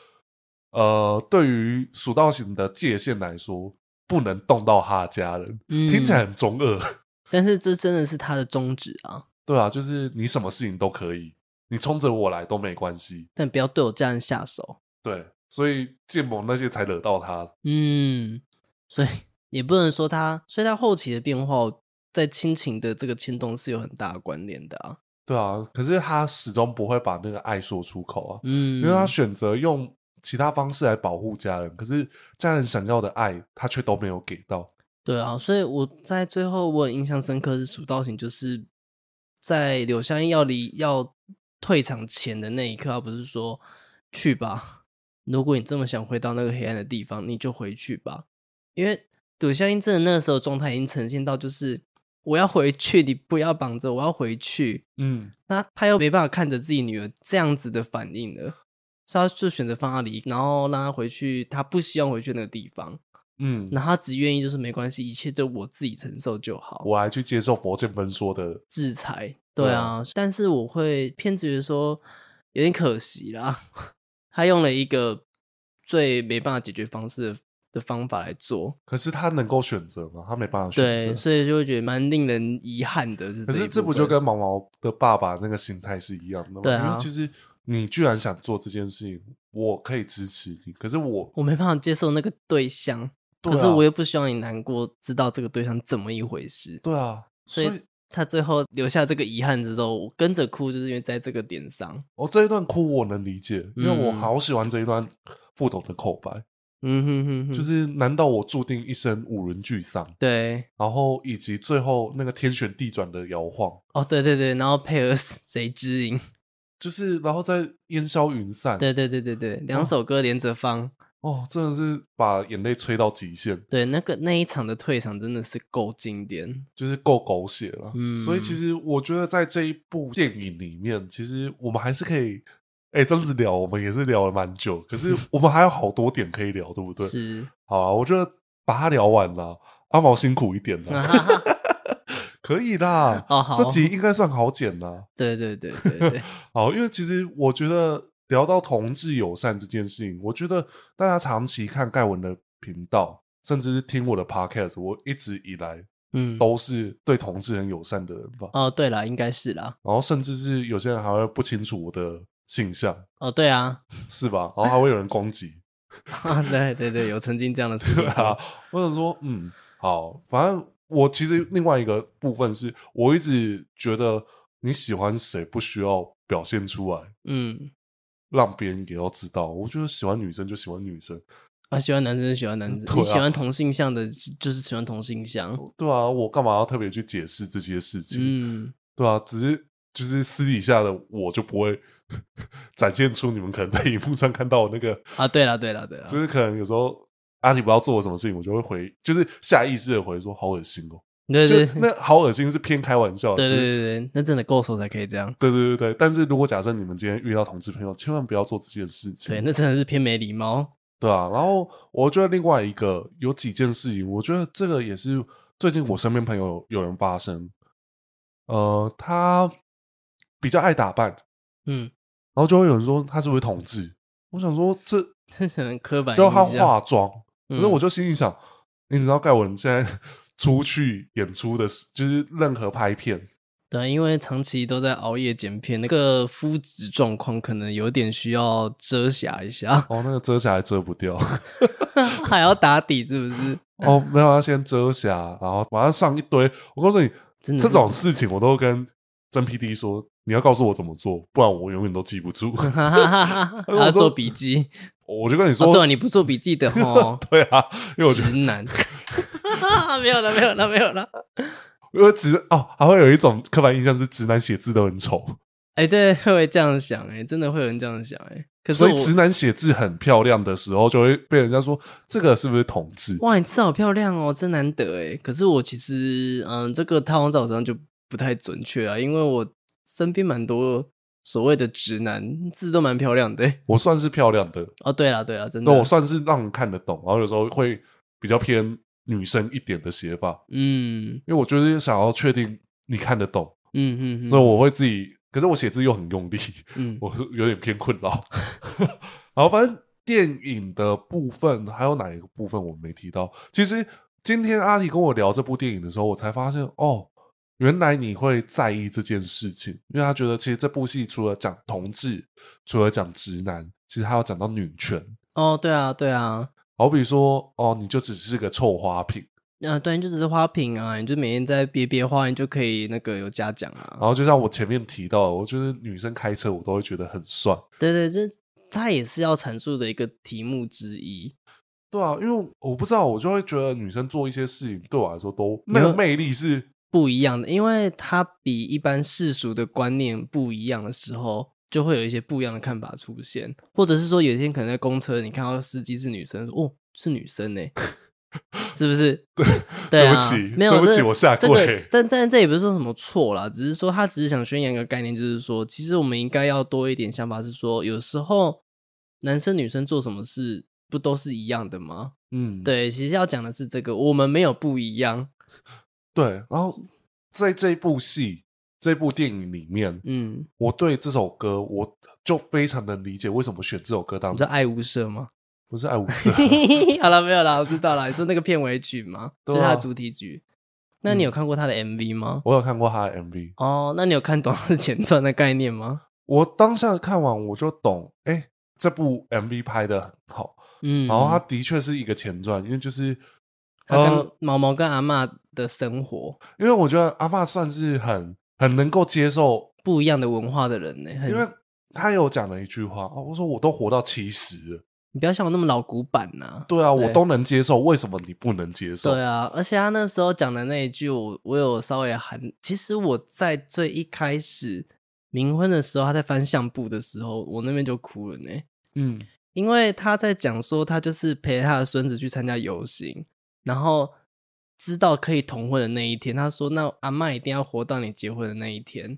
S1: 呃，对于蜀道行的界限来说，不能动到他的家人，
S2: 嗯
S1: 听起来很中二，
S2: 但是这真的是他的宗旨啊！
S1: 对啊，就是你什么事情都可以，你冲着我来都没关系，
S2: 但不要对我这样下手。
S1: 对。所以建盟那些才惹到他，
S2: 嗯，所以也不能说他，所以他后期的变化在亲情的这个牵动是有很大的关联的啊。
S1: 对啊，可是他始终不会把那个爱说出口啊，因
S2: 嗯，
S1: 为他选择用其他方式来保护家人，可是家人想要的爱，他却都没有给到。
S2: 对啊，所以我在最后我很印象深刻是蜀道行，就是在柳湘英要离要退场前的那一刻，他不是说去吧，如果你这么想回到那个黑暗的地方，你就回去吧，因为柳湘英真的那个时候状态已经呈现到就是我要回去，你不要绑着我，我要回去。
S1: 嗯，
S2: 那他又没办法看着自己女儿这样子的反应了，所以他就选择放他离，然后让他回去，他不希望回去那个地方。
S1: 嗯，
S2: 那他只愿意就是没关系，一切就我自己承受就好。
S1: 我还去接受佛建芬说的，
S2: 制裁，
S1: 对
S2: 对啊，但是我会偏执于说有点可惜啦， 他用了一个最没办法解决方式的的方法来做，
S1: 可是他能够选择吗？他没办法选
S2: 对，
S1: 择。
S2: 所以就会觉得蛮令人遗憾的是
S1: 可是
S2: 这
S1: 这
S2: 一部
S1: 不
S2: 分
S1: 就跟毛毛的爸爸那个心态是一样的吗？
S2: 对啊
S1: 因为其实你居然想做这件事情，我可以支持你，可是我，
S2: 我没办法接受那个对象，
S1: 对啊
S2: 可是我又不希望你难过，知道这个对象怎么一回事。
S1: 对啊，所
S2: 所
S1: 以
S2: 以他最后留下这个遗憾之后，我跟着哭，就是因为在这个点上，
S1: 我、哦这一段哭我能理解，因为我
S2: 嗯
S1: 好喜欢这一段副董的口白，
S2: 嗯哼哼哼，
S1: 就是难道我注定一生五人俱丧？
S2: 对。
S1: 然后以及最后那个天旋地转的摇晃，
S2: 哦，对对对，然后配合 谁知音，
S1: 就是然后再烟消云散，
S2: 对对对对对，
S1: 哦
S2: 两首歌连着放，
S1: 哦，真的是把眼泪吹到极限，
S2: 对，那个那一场的退场真的是够经典，
S1: 就是够狗血了。
S2: 嗯
S1: 所以其实我觉得在这一部电影里面，其实我们还是可以，哎，这样子聊，我们也是聊了蛮久，可是我们还有好多点可以聊，对不对？
S2: 是，
S1: 好啊，我觉得把它聊完了，阿毛辛苦一点 了，可以啦。
S2: 哦 啊 好，
S1: 这集应该算好剪啦。
S2: 对对对 对对，
S1: 好，因为其实我觉得聊到同志友善这件事情，我觉得大家长期看盖文的频道，甚至是听我的 podcast，我一直以来
S2: 嗯，
S1: 都是对同志很友善的人吧。
S2: 哦，对啦，应该是啦。
S1: 然后甚至是有些人还会不清楚我的性向，
S2: 哦，对啊，
S1: 是吧？然后还会有人攻击，
S2: 啊，对对对，有曾经这样的事 情
S1: 对啊。我想说，嗯，好，反正我其实另外一个部分是我一直觉得你喜欢谁不需要表现出来，
S2: 嗯，
S1: 让别人也要知道。我觉得喜欢女生就喜欢女生，
S2: 啊，喜欢男生就喜欢 男生，
S1: 对啊
S2: 你喜欢同性向的，就是喜欢同性向。
S1: 对啊，我干嘛要特别去解释这些事情？
S2: 嗯，
S1: 对啊，只是就是私底下的我就不会 展现出你们可能在荧幕上看到我那个
S2: 啊，对啦，对啦，对啦。
S1: 就是可能有时候阿你不知道做了什么事情，我就会回，就是下意识的回说好恶心哦、
S2: 对
S1: 就
S2: 对
S1: 那好恶心是偏开玩笑的，
S2: 对对
S1: 就是
S2: 对对，那真的够手才可以这样。
S1: 对对对对但是如果假设你们今天遇到同志朋友，千万不要做这件事情，
S2: 对，那真的是偏没礼貌。
S1: 对啊。然后我觉得另外一个有几件事情，我觉得这个也是最近我身边朋友有人发生，呃，他比较爱打扮，
S2: 嗯，
S1: 然后就会有人说他是不是同志？我想说这
S2: 这可能刻板
S1: 就
S2: 印
S1: 他
S2: 象。
S1: 化妆，
S2: 嗯
S1: 可是我就心里想，你知道盖文现在 出去演出的时，就是任何拍片，
S2: 对，啊因为长期都在熬夜剪片，那个肤质状况可能有点需要遮瑕一下，
S1: 哦，那个遮瑕还遮不掉，
S2: 还要打底，是不是？
S1: 哦，没有，他先遮瑕，然后马上上一堆。我告诉你，
S2: 真的
S1: 这
S2: 是
S1: 种事情我都跟真 P D 说，你要告诉我怎么做，不然我永远都记不 住。
S2: 哈哈哈哈
S1: 我
S2: 还要
S1: 说
S2: 做笔记。
S1: 我就跟你说，，
S2: 哦，对啊，你不做笔记的哦
S1: 对啊，因为我觉得
S2: 直男。 没有了，没有了，没有了。
S1: 因为直哦，还会有一种刻板印象是直男写字都很丑，
S2: 哎、对， 会这样想、哎，真的会有人这样想、哎。可是
S1: 所以
S2: 我
S1: 直男写字很漂亮的时候，就会被人家说这个是不是同志？
S2: 哇，你字好漂亮哦，真难得哎。可是我其实，嗯，这个套用在我身上就不太准确啊，因为我身边蛮多所谓的直男，字都蛮漂亮的、哎
S1: 我算是漂亮的，
S2: 哦，对了，对了，真的
S1: 那，我算是让人看得懂，然后有时候会比较偏女生一点的写法，
S2: 嗯
S1: 因为我就是想要确定你看得懂，
S2: 嗯嗯
S1: 所以
S2: 嗯
S1: 我会自己，可是我写字又很用力，
S2: 嗯，
S1: 我有点偏困扰。 然后反正电影的部分还有哪一个部分我没提到？其实今天阿提跟我聊这部电影的时候，我才发现哦，原来你会在意这件事情，因为他觉得其实这部戏除了讲同志，除了讲直男，其实还要讲到女权。
S2: 哦，对啊，对啊，
S1: 好比说，哦，你就只是个臭花瓶，
S2: 啊，对，你就只是花瓶啊，你就每天在憋憋花，你就可以那个有嘉奖啊
S1: 然。后就像我前面提到的，我觉得女生开车我都会觉得很帅，
S2: 对对，这它也是要阐述的一个题目之一。
S1: 对啊，因为我不知道，我就会觉得女生做一些事情对我来说都那
S2: 没
S1: 个
S2: 有
S1: 魅力是
S2: 不一样的，因为它比一般世俗的观念不一样的时候，就会有一些不一样的看法出现，或者是说有一天可能在公车，你看到司机是女生，说哦是女生呢、 是不是？对，
S1: 对
S2: 啊，
S1: 不起
S2: 没有
S1: 对不起
S2: 这
S1: 我下
S2: 这个
S1: 跪，
S2: 但但这也不是说什么错啦，只是说他只是想宣扬一个概念，就是说，其实我们应该要多一点想法，是说有时候男生女生做什么事不都是一样的吗？
S1: 嗯，
S2: 对，其实要讲的是这个，我们没有不一样，
S1: 对。然后在这一部戏、这部电影里面，
S2: 嗯，
S1: 我对这首歌我就非常能理解为什么选这首歌当
S2: 你知道爱无赦吗？
S1: 不是爱无赦，
S2: 好了，没有啦，我知道啦。你说那个片尾曲吗？
S1: 对啊嗯
S2: 就是它的主题曲。那你有看过它的 MV 吗？
S1: 我有看过他的 MV，
S2: 哦，那你有看懂它的前传的概念吗？
S1: 我当下看完我就懂，哎，这部 MV 拍的很好，
S2: 嗯，
S1: 然后它的确是一个前传，因为就是，
S2: 它跟
S1: 呃，
S2: 毛毛跟阿嬷的生活
S1: 因为我觉得阿嬷算是很很能够接受，
S2: 不一样的文化的人呢、
S1: 因为
S2: 很，
S1: 他有讲了一句话，哦，我说我都活到七十了，
S2: 你不要像我那么老古板呐、
S1: 对啊，我
S2: 对
S1: 都能接受，为什么你不能接受？
S2: 对啊，而且他那时候讲的那一句，我我有稍微含。其实我在最一开始冥婚的时候，他在翻相簿的时候，我那边就哭了呢、
S1: 嗯，
S2: 因为他在讲说，他就是陪他的孙子去参加游行，然后知道可以同婚的那一天，他说：“那阿嬷一定要活到你结婚的那一天。”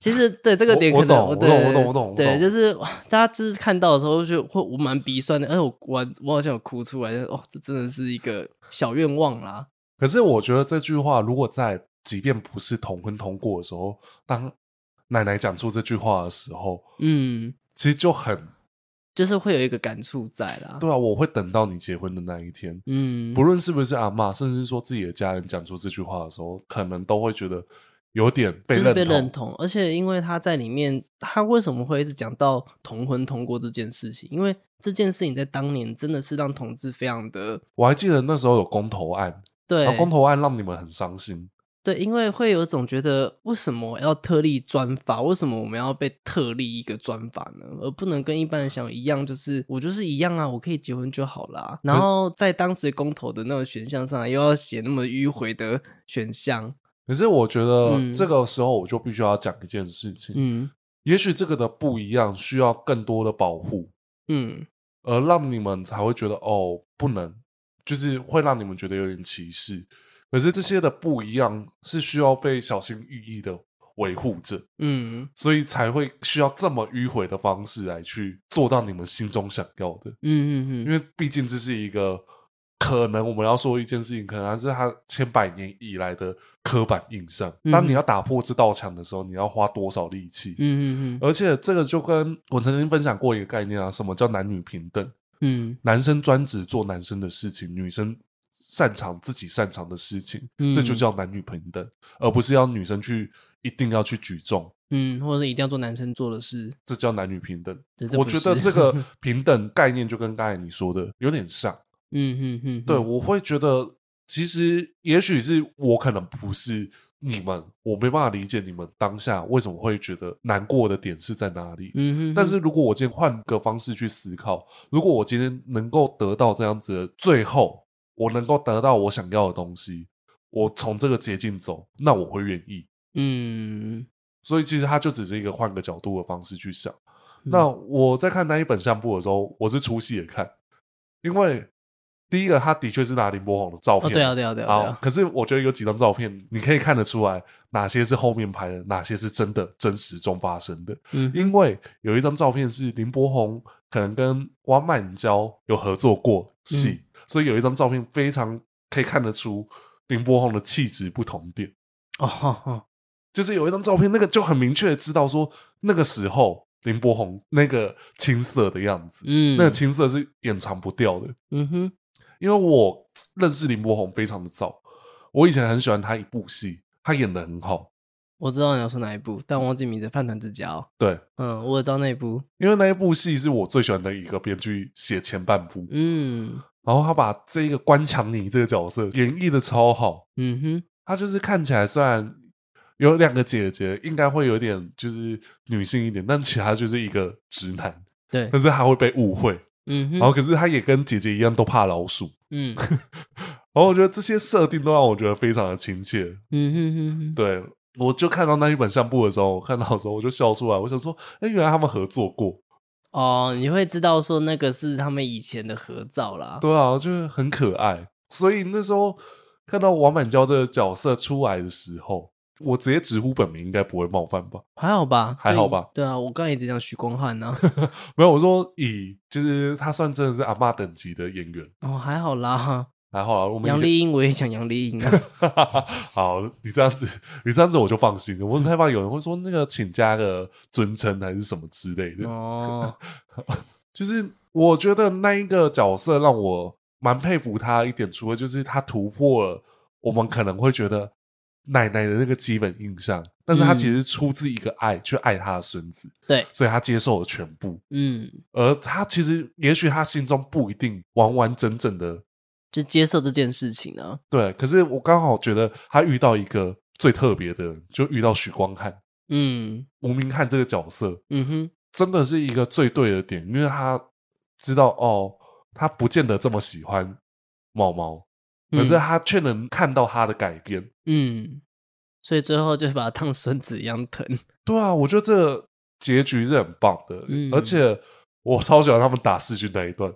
S2: 其实对这个
S1: 我
S2: 点
S1: 我
S2: 可能
S1: 懂我
S2: 对
S1: 懂我懂我懂我
S2: 对，
S1: 懂
S2: 就是 哇大家只是看到的时候就会我蛮鼻酸的，哎，我我我好像有哭出来，就是哦，这真的是一个小愿望啦。
S1: 可是我觉得这句话如果在即便不是同婚通过的时候，当奶奶讲出这句话的时候，
S2: 嗯，
S1: 其实就很
S2: 就是会有一个感触在啦。
S1: 对啊，我会等到你结婚的那一天，
S2: 嗯
S1: 不，论是不是阿嬷，甚至是说自己的家人讲出这句话的时候，可能都会觉得有点被
S2: 就是
S1: 认
S2: 被
S1: 同。
S2: 认同，而且因为他在里面，他为什么会一直讲到同婚通过这件事情？因为这件事情在当年真的是让同志非常的
S1: 我还记得那时候有公投案，
S2: 对
S1: 然后公投案让你们很伤心。
S2: 对，因为会有种觉得为什么要特例专法？为什么我们要被特例一个专法呢？而不能跟一般人想一样，就是我就是一样啊，我可以结婚就好啦。然后在当时公投的那种选项上，又要写那么迂回的选项，
S1: 可是我觉得
S2: 嗯
S1: 这个时候我就必须要讲一件事情，
S2: 嗯
S1: 也许这个的不一样需要更多的保护，
S2: 嗯，
S1: 而让你们才会觉得哦，不能，就是会让你们觉得有点歧视。可是这些的不一样是需要被小心翼翼的维护着，
S2: 嗯
S1: 所以才会需要这么迂回的方式来去做到你们心中想要的。
S2: 嗯嗯
S1: 因为毕竟这是一个可能我们要说一件事情，可能还是它千百年以来的刻板印象。
S2: 嗯
S1: 当你要打破这道墙的时候，你要花多少力气？
S2: 嗯嗯嗯
S1: 而且这个就跟我曾经分享过一个概念啊，什么叫男女平等？
S2: 嗯
S1: 男生专职做男生的事情，女生擅长自己擅长的事情，
S2: 嗯
S1: 这就叫男女平等，而不是要女生去一定要去举重，
S2: 嗯，或者一定要做男生做的事，
S1: 这叫男女平等。
S2: 这
S1: 我觉得这个，平等概念就跟刚才你说的有点像。
S2: 嗯嗯嗯，
S1: 对，我会觉得其实也许是我可能不是你们，我没办法理解你们当下为什么会觉得难过的点是在哪里。
S2: 嗯嗯，
S1: 但是如果我今天换个方式去思考，如果我今天能够得到这样子的，最后我能够得到我想要的东西，我从这个捷径走，那我会愿意。
S2: 嗯，
S1: 所以其实它就只是一个换个角度的方式去想。
S2: 嗯
S1: 那我在看那一本相簿的时候，我是出戏的看，因为第一个他的确是拿林柏宏的照
S2: 哦
S1: 片，
S2: 对啊对啊对啊，对
S1: 好，
S2: 啊
S1: 可是我觉得有几张照片，你可以看得出来哪些是后面拍的，哪些是真的真实中发生的。
S2: 嗯
S1: 因为有一张照片是林柏宏可能跟汪曼娇有合作过戏，
S2: 嗯
S1: 所以有一张照片非常可以看得出林柏宏的气质不同点。
S2: 哦哦 哦，
S1: 就是有一张照片，那个就很明确地知道说那个时候林柏宏那个青涩的样子，
S2: 嗯，
S1: 那个青涩是掩藏不掉的。
S2: 嗯哼，
S1: 因为我认识林柏宏非常的早，我以前很喜欢他一部戏，他演的很好。
S2: 我知道你要说哪一部，但我忘记名字，《饭团之家》哦。
S1: 对，
S2: 嗯，我也知道那一部。
S1: 因为那一部戏是我最喜欢的一个编剧写前半部，
S2: 嗯
S1: 然后他把这个关强尼这个角色演绎的超好。
S2: 嗯哼，
S1: 他就是看起来虽然有两个姐姐，应该会有点就是女性一点，但其实他就是一个直男，
S2: 对，
S1: 但是他会被误会。
S2: 嗯
S1: 然后可
S2: 哼，
S1: 是他也跟姐姐一样都怕老鼠，
S2: 嗯
S1: 然后我觉得这些设定都让我觉得非常的亲切。
S2: 嗯 哼哼哼，
S1: 对，我就看到那一本相簿的时候，我看到的时候我就笑出来，我想说，哎，原来他们合作过，
S2: 哦，你会知道说那个是他们以前的合照啦。
S1: 对啊，就是很可爱。所以那时候看到王满娇这个角色出来的时候，我直接直呼本名应该不会冒犯吧？
S2: 还好吧，
S1: 还好吧
S2: 对？对啊，我刚才一直讲许光汉啊 呢、
S1: 没有，我说以就是他算真的是阿嬷等级的演员，
S2: 哦，还好啦。
S1: 还好啊，我们以
S2: 杨
S1: 前
S2: 丽英我也讲杨 丽英啊，
S1: 好，你这样子，你这样子我就放心了。我很害怕有人会说那个请加个尊称还是什么之类的。
S2: 哦，
S1: 就是我觉得那一个角色让我蛮佩服他一点，除了就是他突破了我们可能会觉得奶奶的那个基本印象，但是他
S2: 嗯
S1: 其实出自一个爱，去爱他的孙子，
S2: 对，
S1: 所以他接受了全部。
S2: 嗯，
S1: 而他其实，也许他心中不一定完完整整的
S2: 就接受这件事情啊，
S1: 对，可是我刚好觉得他遇到一个最特别的人，就遇到许光汉。
S2: 嗯
S1: 吴明翰这个角色
S2: 嗯哼，
S1: 真的是一个最对的点，因为他知道哦，他不见得这么喜欢毛毛，可是
S2: 嗯
S1: 他却能看到他的改变。
S2: 嗯，所以最后就是把他当孙子一样疼，
S1: 对啊，我觉得这个结局是很棒的，
S2: 嗯
S1: 而且我超喜欢他们打世军那一 段，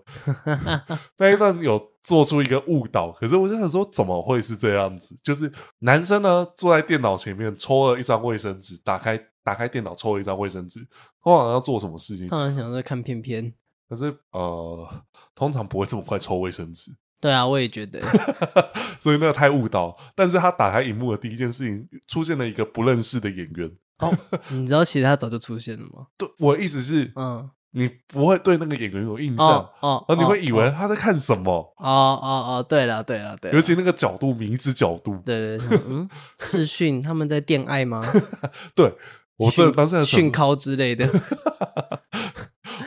S1: 那一段有做出一个误导，可是我就想说，怎么会是这样子？就是男生呢坐在电脑前面抽了一张卫生纸，打开打开电脑抽了一张卫生纸，通常要做什么事情？
S2: 当然想说看片片。
S1: 可是呃，通常不会这么快抽卫生纸，
S2: 对啊，我也觉 得。
S1: 所以那个太误导。但是他打开荧幕的第一件事情，出现了一个不认识的演员。
S2: 哦，你知道其实他早就出现了吗？
S1: 对，我的意思是，
S2: 嗯，
S1: 你不会对那个演员有印象
S2: 哦，哦，
S1: 而你会以为
S2: 哦
S1: 他在看什么，
S2: 哦哦，对了对了对啦，
S1: 尤其那个角度，迷之角度。
S2: 对对对， 嗯，视讯他们在恋爱 吗？
S1: 对我真的
S2: 训
S1: 当下
S2: 训
S1: 想，
S2: 考之类 的，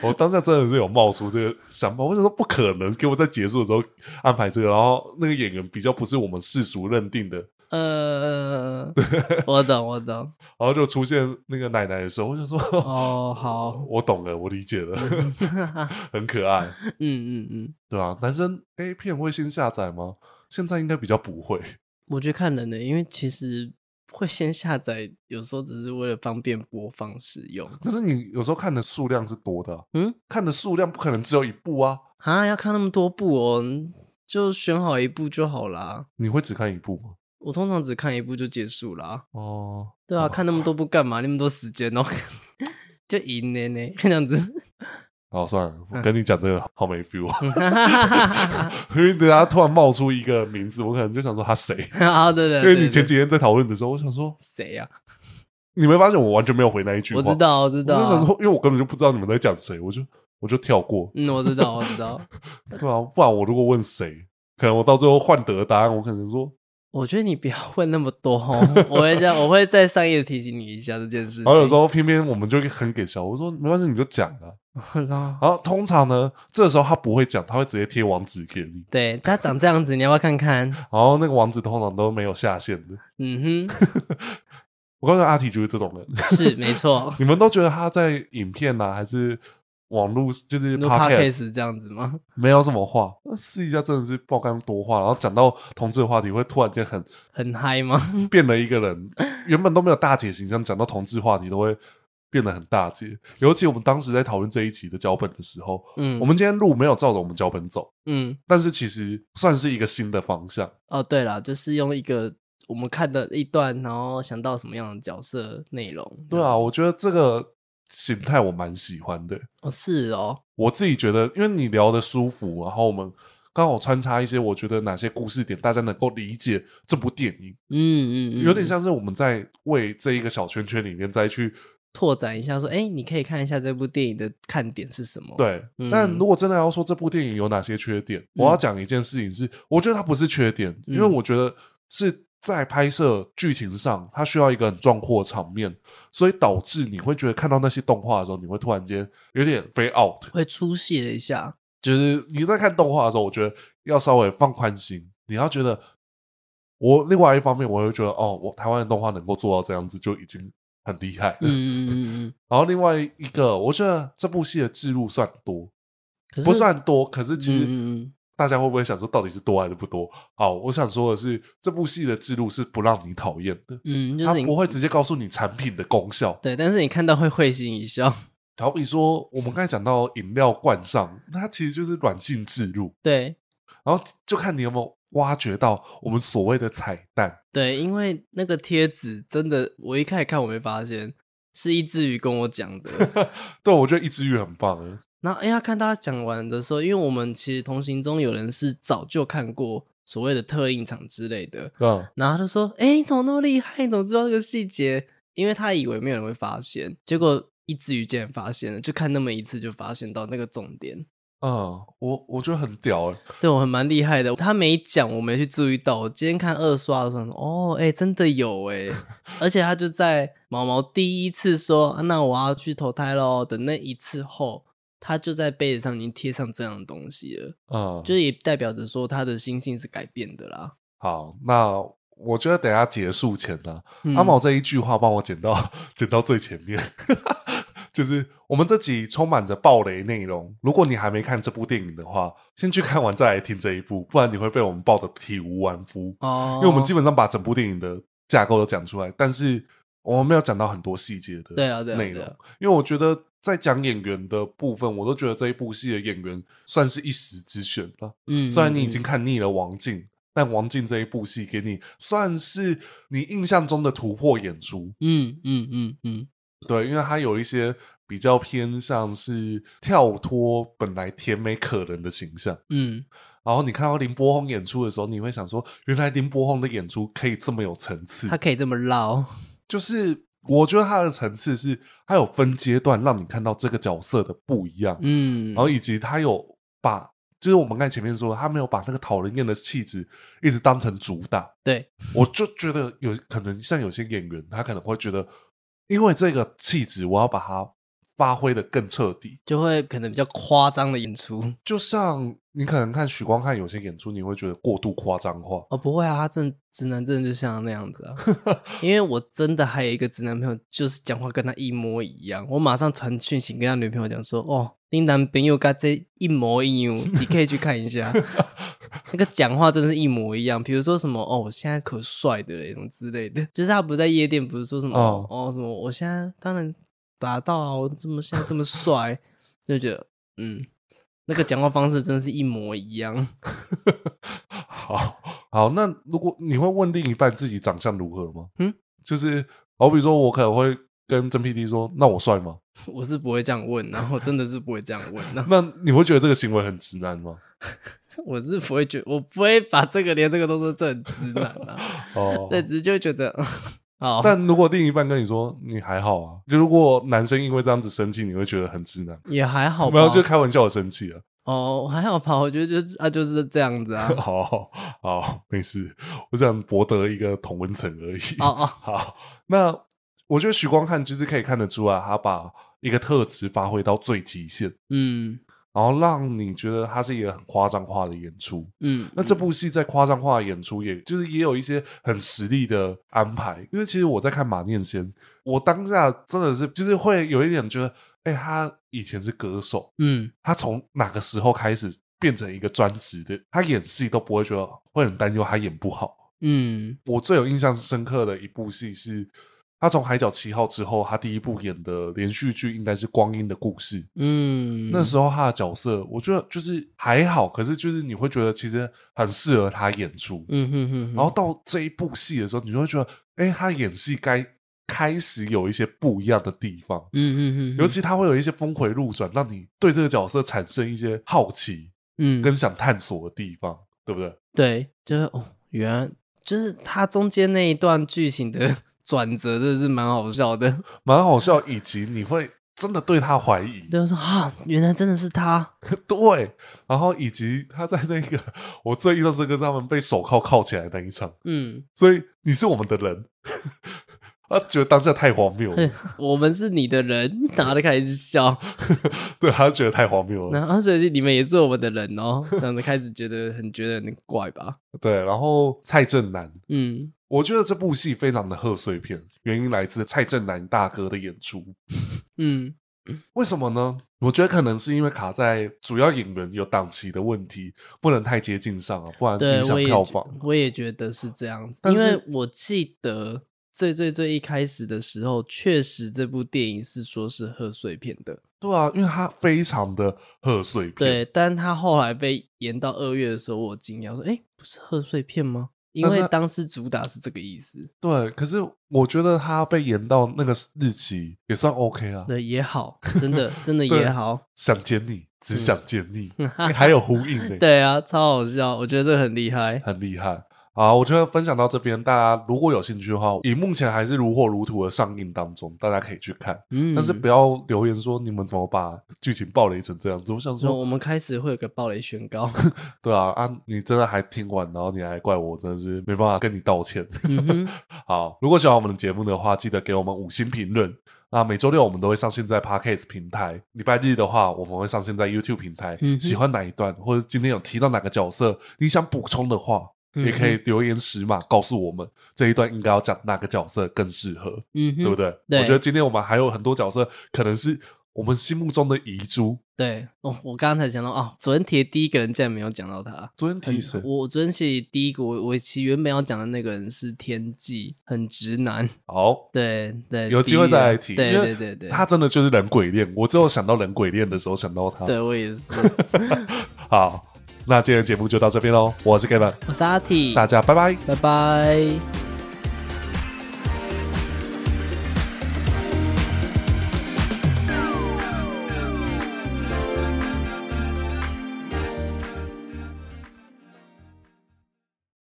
S1: 我当下真的是有冒出这个想法，我想说不可能，给我在结束的时候安排这个，然后那个演员比较不是我们世俗认定的，
S2: 呃，我懂我懂，
S1: 然后就出现那个奶奶的时候，我就说，
S2: 哦，好，
S1: 我懂了，我理解了，很可爱，
S2: 嗯嗯嗯，
S1: 对啊，男生 A 片会先下载吗？现在应该比较不会，
S2: 我觉得看人的，因为其实会先下载，有时候只是为了方便播放使用。
S1: 可是你有时候看的数量是多的啊、
S2: 嗯，
S1: 看的数量不可能只有一部啊，
S2: 啊，要看那么多部哦，就选好一部就好啦。
S1: 你会只看一部吗？
S2: 我通常只看一部就结束啦。
S1: 哦，
S2: 对啊，看那么多部干嘛？那么多时间哦， 就赢了呢，这样子。
S1: 好，算了，
S2: 嗯
S1: 我跟你讲这个好没 feel，啊、
S2: 啊，
S1: 因为等下突然冒出一个名字，我可能就想说他谁，
S2: 啊对对
S1: 因为
S2: 对
S1: 你前
S2: 对，
S1: 几天在讨论的时候，我想说，
S2: 谁呀？
S1: 你没发现我完全没有回那一句话，
S2: 我知，道，我知
S1: 我
S2: 道
S1: 就想
S2: 啊。
S1: 说，因为我根本就不知道你们在讲谁，我就我就跳过，
S2: 嗯，我知道，我知道。
S1: 对啊，不然我如果问谁，可能我到最后换得答案，我可能说，
S2: 我觉得你不要问那么多哦，我会这样，我会再商业提醒你一下这件事情。
S1: 然后有时候偏偏我们就很给小，我说没关系，你就讲啊。
S2: 我操，
S1: 然后通常呢，这时候他不会讲，他会直接贴网址给你，
S2: 对，他长这样子，你要不要看 看？
S1: 然后那个网址通常都没有下线的。
S2: 嗯哼，
S1: 我告诉你阿体就是这种人，
S2: 是没错。
S1: 你们都觉得他在影片啊，还是网络就是
S2: 录
S1: podcast
S2: podcast 这样子吗？
S1: 没有什么话，那私底下真的是爆肝多话，然后讲到同志的话题会突然间很
S2: 很嗨吗？
S1: 变了一个人，原本都没有大姐形象，讲到同志话题都会变得很大姐。尤其我们当时在讨论这一集的脚本的时候，
S2: 嗯，
S1: 我们今天路没有照着我们脚本走，
S2: 嗯
S1: 但是其实算是一个新的方向。
S2: 哦，对了，就是用一个我们看的一段，然后想到什么样的角色内容。
S1: 对啊，我觉得这个形态我蛮喜欢的。
S2: 哦是哦，
S1: 我自己觉得，因为你聊的舒服，然后我们刚好穿插一些我觉得哪些故事点，大家能够理解这部电影，
S2: 嗯嗯嗯，
S1: 有点像是我们在为这一个小圈圈里面再去
S2: 拓展一下，说，哎，你可以看一下这部电影的看点是什么？，
S1: 对，
S2: 嗯
S1: 但如果真的要说这部电影有哪些缺点，我要讲一件事情是，我觉得它不是缺点，因为
S2: 嗯
S1: 我觉得是在拍摄剧情上，它需要一个很壮阔的场面，所以导致你会觉得看到那些动画的时候，你会突然间有点 f out，
S2: 会出戏了一 下。
S1: 就是你在看动画的时候，我觉得要稍微放宽心，你要觉得。我另外一方面，我会觉得哦，我台湾的动画能够做到这样子就已经很厉害了。
S2: 嗯嗯嗯嗯，
S1: 然后另外一个，我觉得这部戏的置入算多，
S2: 可是
S1: 不算多，可是其实
S2: 嗯嗯嗯
S1: 大家会不会想说到底是多还是不多？好，我想说的是，这部戏的制度是不让你讨厌的，
S2: 嗯，就
S1: 它
S2: 是你
S1: 不会直接告诉你产品的功效。
S2: 对，但是你看到会会心一笑。
S1: 好比说，我们刚才讲到饮料罐上，那它其实就是软性置入，
S2: 对
S1: 然后就看你有没有挖掘到我们所谓的彩蛋。
S2: 对，因为那个贴纸真的，我一开始看我没发现，是一只鱼跟我讲的。
S1: 对，我觉得一之玉很棒欸，
S2: 然后，哎、他看大家讲完的时候，因为我们其实同行中有人是早就看过所谓的特映场之类的，
S1: 嗯，
S2: 然后他就说：“哎、你怎么那么厉害？你怎么知道这个细节？”因为他以为没有人会发现，结果一只鱼竟然发现了，就看那么一次就发现到那个重点。
S1: 嗯，我我觉得很屌哎、
S2: 对我很蛮厉害的，他没讲，我没去注意到。我今天看二刷的时候，哦，哎、真的有 哎、而且他就在毛毛第一次说、啊那我要去投胎喽”的那一次后，他就在杯子上已经贴上这样的东西了。
S1: 嗯，
S2: 就也代表着说他的心性是改变的啦。
S1: 好，那我觉得等一下结束前啊呢、
S2: 嗯
S1: 阿毛这一句话帮我剪到剪到最前面， 就是我们这集充满着暴雷内容。如果你还没看这部电影的话，先去看完再来听这一部，不然你会被我们爆的体无完肤。
S2: 哦，
S1: 因为我们基本上把整部电影的架构都讲出来，但是我们没有讲到很多细节的
S2: 对啊对啊
S1: 内
S2: 对
S1: 容
S2: 啊。
S1: 因为我觉得在讲演员的部分，我都觉得这一部戏的演员算是一时之选了。
S2: 嗯，
S1: 虽然你已经
S2: 嗯
S1: 看腻了王静，但王静这一部戏给你算是你印象中的突破演出。
S2: 嗯嗯嗯嗯
S1: 对，因为它有一些比较偏向是跳脱本来甜美可人的形象。
S2: 嗯，
S1: 然后你看到林柏宏演出的时候，你会想说，原来林柏宏的演出可以这么有层次
S2: 他，可以这么绕，
S1: 就是我觉得它的层次是它有分阶段让你看到这个角色的不一样，
S2: 嗯，
S1: 然后以及他有把，就是我们刚才前面说，他没有把那个讨人厌的气质一直当成主打。
S2: 对，
S1: 我就觉得有可能像有些演员，他可能会觉得，因为这个气质，我要把它发挥的更彻底。
S2: 就会可能比较夸张的演出
S1: 就像你可能看许光汉有些演出，你会觉得过度夸张化。
S2: 哦，不会啊，他真直男真的就像那样子啊，因为我真的还有一个直男朋友，就是讲话跟他一模一样，我马上传讯息跟他女朋友讲说，哦，你男朋友跟他这一模一样，你可以去看一下，那个讲话真的是一模一样，比如说什么哦，我现在可帅的嘞，什么之类的，就是他不在夜店，不是说什么
S1: 哦
S2: 哦什么，我现在当然达到啊，我这么现在这么帅， 就觉得嗯，那个讲话方式真的是一模一样。
S1: 好好，那如果你会问另一半自己长相如何吗？
S2: 嗯，
S1: 就是好比说，我可能会跟真 PD 说：“那我帅吗
S2: 我是不会这样问，然后真的是不会这样问，然？”后
S1: 那你会觉得这个行为很直男吗？
S2: 我是不会觉我不会把这个连这个都说这很直男啊，
S1: 哦，
S2: 对，只是就会觉得，嗯好，
S1: 但如果另一半跟你说你还好啊，就如果男生因为这样子生气，你会觉得很直男。
S2: 也还好吧，
S1: 没有，就开玩笑的生气了。
S2: 哦，还好吧，我觉得就是啊，就是这 样子啊，
S1: 好好好，没事，我想博得一个同温层而已。
S2: 哦 哦，
S1: 好，那我觉得许光汉就是可以看得出来，他把一个特质发挥到最极限，
S2: 嗯
S1: 然后让你觉得他是一个很夸张化的演出。
S2: 嗯，
S1: 那这部戏在夸张化的演出也，就是也有一些很实力的安排。因为其实我在看马念先，我当下真的是就是会有一点觉得，哎、他以前是歌手，
S2: 嗯
S1: 他从哪个时候开始变成一个专职的？他演戏都不会觉得会很担忧他演不好。
S2: 嗯
S1: 我最有印象深刻的一部戏是。他从《海角七号》之后，他第一部演的连续剧应该是《光阴的故事》。
S2: 嗯，
S1: 那
S2: 候
S1: 时候他的角色，我觉得就是还好，可是就是你会觉得其实很适合他演出。
S2: 嗯哼哼，
S1: 然后到这一部戏的时候，你就会觉得，哎、他演戏该开始有一些不一样的地方，
S2: 嗯嗯嗯，
S1: 尤其他会有一些峰回路转，让你对这个角色产生一些好奇
S2: 嗯
S1: 跟想探索的地方，对不对？
S2: 对，就是哦，原来就是他中间那一段剧情的 转折，真的是蛮好笑的。
S1: 蛮好笑，以及你会真的对他怀疑，
S2: 对，我说啊，原来真的是他。
S1: 对，然后以及他在那个 我最印象深刻是他们被手铐铐起来的那一场，
S2: 嗯，
S1: 所以你是我们的人。 他觉得当下太荒谬了，
S2: 我们是你的人， 然后就开始笑，
S1: 对他觉得太荒谬了。
S2: 然后啊所以你们也是我们的人哦， 然后就开始觉得很觉得很怪吧。
S1: 对，然后蔡正南，
S2: 嗯，
S1: 我觉得这部戏非常的贺岁片，原因来自蔡正南大哥的演出。
S2: 嗯
S1: 为什么呢？我觉得可能是因为卡在主要演员有档期的问题，不能太接近上啊，不然
S2: 对
S1: 影，响
S2: 我也
S1: 票
S2: 觉
S1: 房。
S2: 我也觉得是这样子，
S1: 但
S2: 因为
S1: 是
S2: 我记得最最最一开始的时候，确实这部电影是说是贺岁片的，
S1: 对啊，因为它非常的贺岁片，
S2: 对，但他后来被延到二月的时候，我惊讶说：“哎、不是贺岁片吗？”因
S1: 但是
S2: 为
S1: 它
S2: 当时主打是这个意思，
S1: 对可是我觉得它被延到那个日期也算 OK 啊。
S2: 对，也好，真的，真 的
S1: 对
S2: 也好，
S1: 想见你，只想见你，欸还有呼应呢、
S2: 嗯对啊，超好笑，我觉得这很厉害。
S1: 很厉害。好，我觉得分享到这边，大家如果有兴趣的话，以目前还是如火如荼的上映当中，大家可以去看。
S2: 嗯，
S1: 但是不要留言说你们怎么把剧情暴雷成这样子。我想
S2: 那
S1: 说，
S2: 我们开始会有个暴雷宣告，
S1: 对啊，啊，你真的还听完，然后你还怪我，真的是没办法跟你道歉。
S2: 嗯哼，
S1: 好，如果喜欢我们的节目的话，记得给我们五星评论。那每周六我们都会上线在 Podcast 平台，礼拜日的话我们会上线在 YouTube 平台。
S2: 嗯哼
S1: 喜欢哪一段，或者今天有提到哪个角色，你想补充的话，
S2: 嗯
S1: 也可以留言十码告诉我们这一段应该要讲哪个角色更适合，
S2: 嗯哼，
S1: 对不对？
S2: 对
S1: 我觉得今天我们还有很多角色可能是我们心目中的遗珠。
S2: 对哦，我刚才想到哦，昨天提的第一个人竟然没有讲到他。
S1: 昨天提谁
S2: 很？我我昨天其实第一个，我我其实原本要讲的那个人是天际，很直男。
S1: 好，
S2: 对对，
S1: 有机会再来提，
S2: 对
S1: 因为
S2: 对对对，
S1: 他真的就是人鬼恋。我只有想到人鬼恋的时候想到他。
S2: 对我 也是。
S1: 好，那今天的节目就到这边喽，我是 Kevin，
S2: 我是阿 T，
S1: 大家拜拜。
S2: 拜拜。